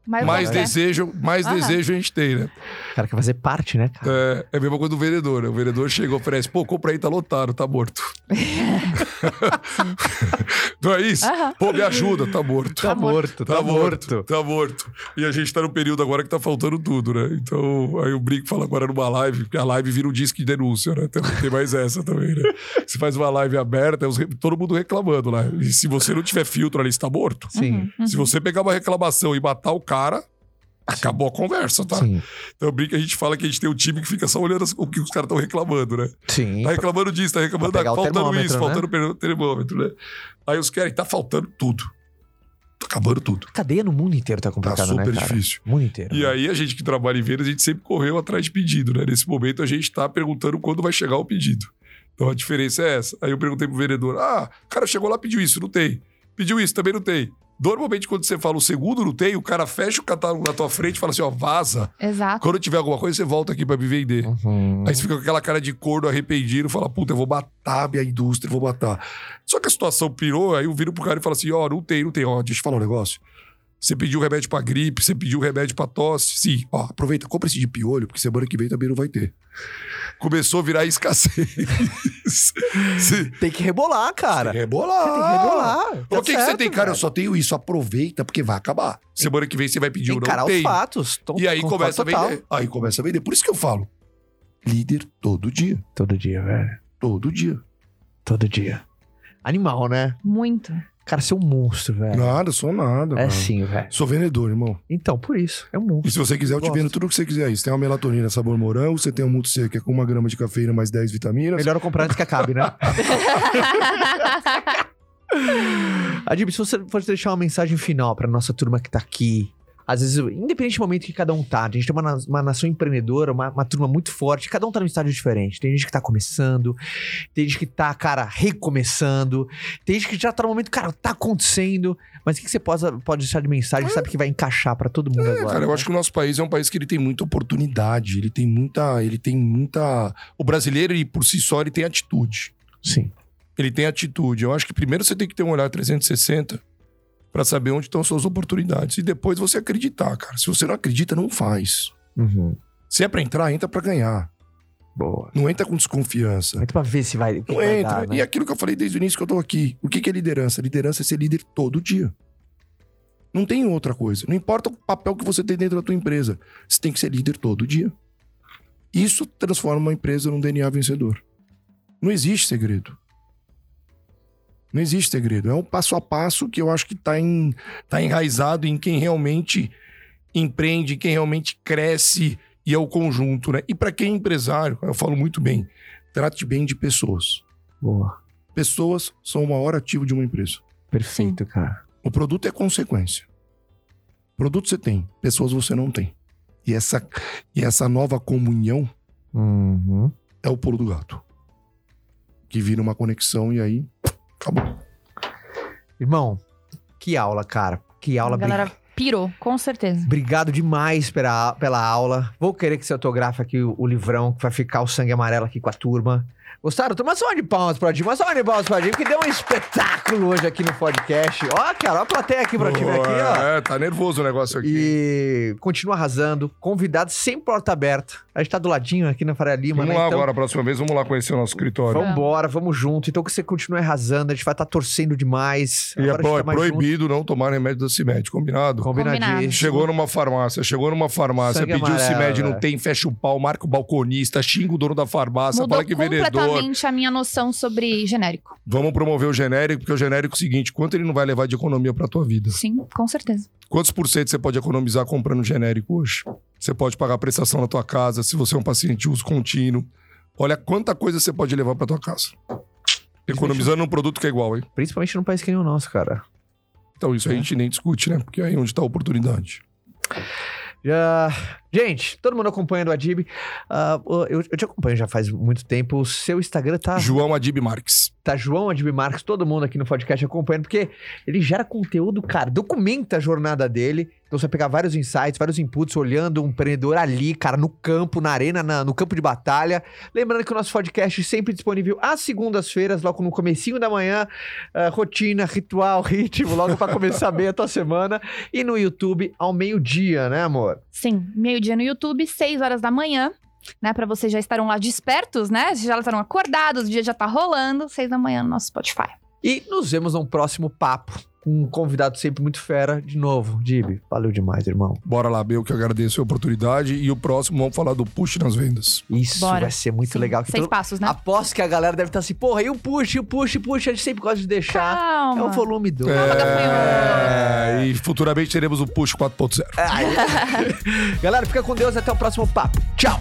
S4: Mas né?
S2: mais
S4: você quer.
S2: desejo, mais
S4: Aham.
S2: desejo a gente tem, né?
S1: O cara quer fazer parte, né, cara?
S2: É, é a mesma coisa do vendedor, né? O vendedor chega e oferece, pô, compra aí, tá lotado, tá morto.
S1: <laughs>
S2: não é isso?
S4: Aham.
S2: Pô, me ajuda, tá morto.
S1: Tá morto, tá morto.
S2: Tá morto. E a gente tá no período agora que tá faltando tudo, né? Então, aí o Brinco fala agora numa live, porque a live vira um disco de denúncia, né? Tem, tem mais essa também, né? Você faz uma live aberta, é os re- todo mundo reclamando lá. E se você não tiver filtro ali, você tá morto.
S1: Sim,
S4: Uhum.
S2: Se você pegar uma reclamação e matar o cara, acabou a conversa, tá?
S1: sim,
S2: Então brinca, a gente fala que a gente tem um time que fica só olhando as- o que os caras estão reclamando, né?
S1: sim.
S2: Tá reclamando disso, tá reclamando,
S1: Pra
S2: da,
S1: pegar o
S2: faltando
S1: termômetro,
S2: isso,
S1: né?
S2: faltando per- termômetro, né? Aí os caras, tá faltando tudo. Tá acabando tudo.
S1: Cadeia no mundo inteiro tá
S2: Tá
S1: complicado,
S2: super
S1: né, cara?
S2: difícil.
S1: O mundo inteiro.
S2: E aí a gente que trabalha em vendas, a gente sempre correu atrás de pedido, né? Nesse momento a gente tá perguntando quando vai chegar o pedido. Então a diferença é essa. Aí eu perguntei pro vendedor, ah, cara chegou lá pediu isso, não tem. Pediu isso, também não tem. Normalmente quando você fala o segundo não tem, o cara fecha o catálogo na tua frente e fala assim, ó, vaza.
S4: Uhum. Exato.
S2: Quando tiver alguma coisa, você volta aqui pra me vender.
S1: Uhum.
S2: Aí você fica com aquela cara de corno arrependido, fala, puta, eu vou matar a minha indústria, eu vou matar. Só que a situação pirou, aí eu viro pro cara e falo assim, ó, não tem, não tem, ó, deixa eu te falar um negócio. Você pediu remédio pra gripe, você pediu remédio pra tosse, sim, ó.
S3: Aproveita, compra esse de piolho, porque semana que vem também não vai ter.
S2: Começou a virar escassez. <laughs> Sim.
S1: Tem que rebolar, cara. Tem
S3: Rebolar!
S1: que rebolar.
S2: Tá
S3: o que, que você
S1: certo,
S3: tem, cara? Eu só tenho isso. Aproveita, porque vai acabar.
S2: Semana que vem você vai pedir
S1: Tem
S2: o
S1: que
S2: não
S1: encarar os
S2: tem.
S1: fatos. Tô-
S2: E aí
S1: concordo
S2: começa a
S1: total.
S2: vender.
S3: Aí começa a vender. Por isso que eu falo. Líder todo dia.
S1: Todo dia, velho.
S3: Todo dia.
S1: Todo dia. Animal, né?
S4: Muito.
S1: Cara, você é um monstro, velho.
S3: Nada, sou nada.
S1: é
S3: mano.
S1: sim, velho.
S3: Sou vendedor, irmão.
S1: Então, por isso. É um monstro.
S3: E se você quiser, eu te
S1: Gosto.
S3: vendo tudo o que você quiser aí. Você tem uma melatonina sabor morango, você tem um multo que é com uma grama de cafeína mais 10 vitaminas.
S1: Melhor eu comprar antes que acabe, né? Adib, se você for deixar uma mensagem final pra nossa turma que tá aqui, às vezes, independente do momento que cada um tá, a gente tem uma, na- uma nação empreendedora, uma, uma turma muito forte, cada um tá num estágio diferente. Tem gente que tá começando, tem gente que tá, cara, recomeçando, tem gente que já tá no momento, cara, tá acontecendo, mas o que, que você possa, pode deixar de mensagem, sabe que vai encaixar pra todo mundo agora?
S2: Cara, eu
S1: né?
S2: acho que o nosso país é um país que ele tem muita oportunidade.
S3: Oportunidade, ele tem muita. Ele tem muita.
S2: O brasileiro, ele, por si só, ele tem atitude.
S1: Sim.
S2: ele tem atitude. Eu acho que primeiro você tem que ter um olhar 360 para saber onde estão suas oportunidades e depois você acreditar, cara.
S3: Se você não acredita, não faz.
S1: Uhum.
S3: Se é pra entrar, entra pra ganhar.
S1: Boa.
S3: Não entra com desconfiança.
S1: Entra pra ver se vai. o que
S3: Não
S1: vai
S3: entra.
S1: dar, né?
S3: E aquilo que eu falei desde o início que eu tô aqui. O que, que é liderança? Liderança é ser líder todo dia. Não tem outra coisa. Não importa o papel que você tem dentro da tua empresa. Você tem que ser líder todo dia. Isso transforma uma empresa num DNA vencedor. Não existe segredo. Não existe segredo. É um passo a passo que eu acho que tá, em,
S2: Tá enraizado em quem realmente empreende, quem realmente cresce, e é o conjunto, né? E para quem é empresário, eu falo muito bem, trate bem de pessoas.
S1: Boa.
S3: Pessoas são o maior ativo de uma empresa.
S1: Perfeito, cara.
S3: O produto é consequência. Produto você tem, pessoas você não tem. E essa, e essa nova comunhão
S1: Uhum.
S3: é o pulo do gato. Que vira uma conexão e aí acabou.
S1: Irmão, que aula, cara. Que <laughs> aula.
S4: A galera
S1: Bri-
S4: pirou, com certeza.
S1: Obrigado demais pela, pela aula. Vou querer que você autografe aqui o, o livrão, que vai ficar o sangue amarelo aqui com a turma. Gostaram? Toma só uma de palmas pro Adinho, uma só uma de palmas pro Adinho, que deu um espetáculo hoje aqui no podcast. Ó, cara, ó a plateia aqui pro time aqui, ó.
S2: É, tá nervoso o negócio aqui.
S1: E continua arrasando. Convidado sem porta aberta. A gente tá do ladinho aqui na Faria Lima,
S2: Vamos
S1: né?
S2: lá
S1: então,
S2: agora, a próxima vez, vamos lá conhecer o nosso escritório.
S1: Vamos embora, vamos junto. Então que você continue arrasando, a gente vai estar torcendo demais.
S2: E é,
S1: Agora a gente
S2: pro-
S1: tá mais
S2: proibido não tomar remédio da CIMED, combinado?
S1: junto. Combinadíssimo.
S4: Combinado.
S2: Chegou numa farmácia, chegou numa farmácia,
S1: Sangue
S2: pediu o
S1: amarelo,
S2: CIMED, não
S1: velho.
S2: tem, fecha o pau, marca o balconista, xinga o dono da farmácia,
S4: Mudou
S2: fala que é vendedor.
S4: completamente a minha noção sobre genérico.
S2: Vamos promover o genérico, porque o genérico é o seguinte, quanto ele não vai levar de economia pra tua vida?
S4: Sim, com certeza.
S2: Quantos por cento você pode economizar comprando genérico hoje? Você pode pagar a prestação na tua casa, se você é um paciente de uso contínuo. Olha quanta coisa você pode levar pra tua casa. Economizando num produto que é igual, hein?
S1: Principalmente num país que nem o nosso, cara.
S2: Então isso a gente nem discute, né? Porque aí é onde tá a oportunidade.
S1: Já... Gente, todo mundo acompanhando a Adib. Ah, eu, eu te acompanho já faz muito tempo. O seu Instagram tá,
S2: João Adib Marques.
S1: tá João Adib Marques, todo mundo aqui no podcast acompanhando, porque ele gera conteúdo, cara, documenta a jornada dele. Então você vai pegar vários insights, vários inputs, olhando um empreendedor ali, cara, no campo, na arena, na- no campo de batalha. Lembrando que o nosso podcast é sempre disponível às segundas-feiras, logo no comecinho da manhã. Ah, rotina, ritual, <laughs> ritmo, logo pra começar bem a tua semana. E no YouTube ao meio-dia, né, amor?
S4: Sim, meio-dia no YouTube, 6 horas da manhã, né? Pra vocês já estarão lá despertos, né? Vocês já estarão acordados, o dia já tá rolando, 6 da manhã no nosso Spotify.
S1: E nos vemos num próximo papo com um convidado sempre muito fera. De novo, Dib, valeu demais, irmão.
S2: Bora lá, Bel, que eu agradeço a oportunidade. E o próximo, vamos falar do push nas vendas.
S1: Isso
S4: Bora.
S1: vai ser muito
S4: Sim,
S1: legal. Que
S4: Seis
S1: todo-
S4: passos, né?
S1: Aposto que a galera deve estar assim, porra, e o push, e o push, e o push, a gente sempre gosta de deixar.
S4: Calma.
S1: É o volume 2.
S2: <laughs> É, e futuramente teremos o push 4.0.
S1: Galera, fica com Deus até o próximo papo. Tchau!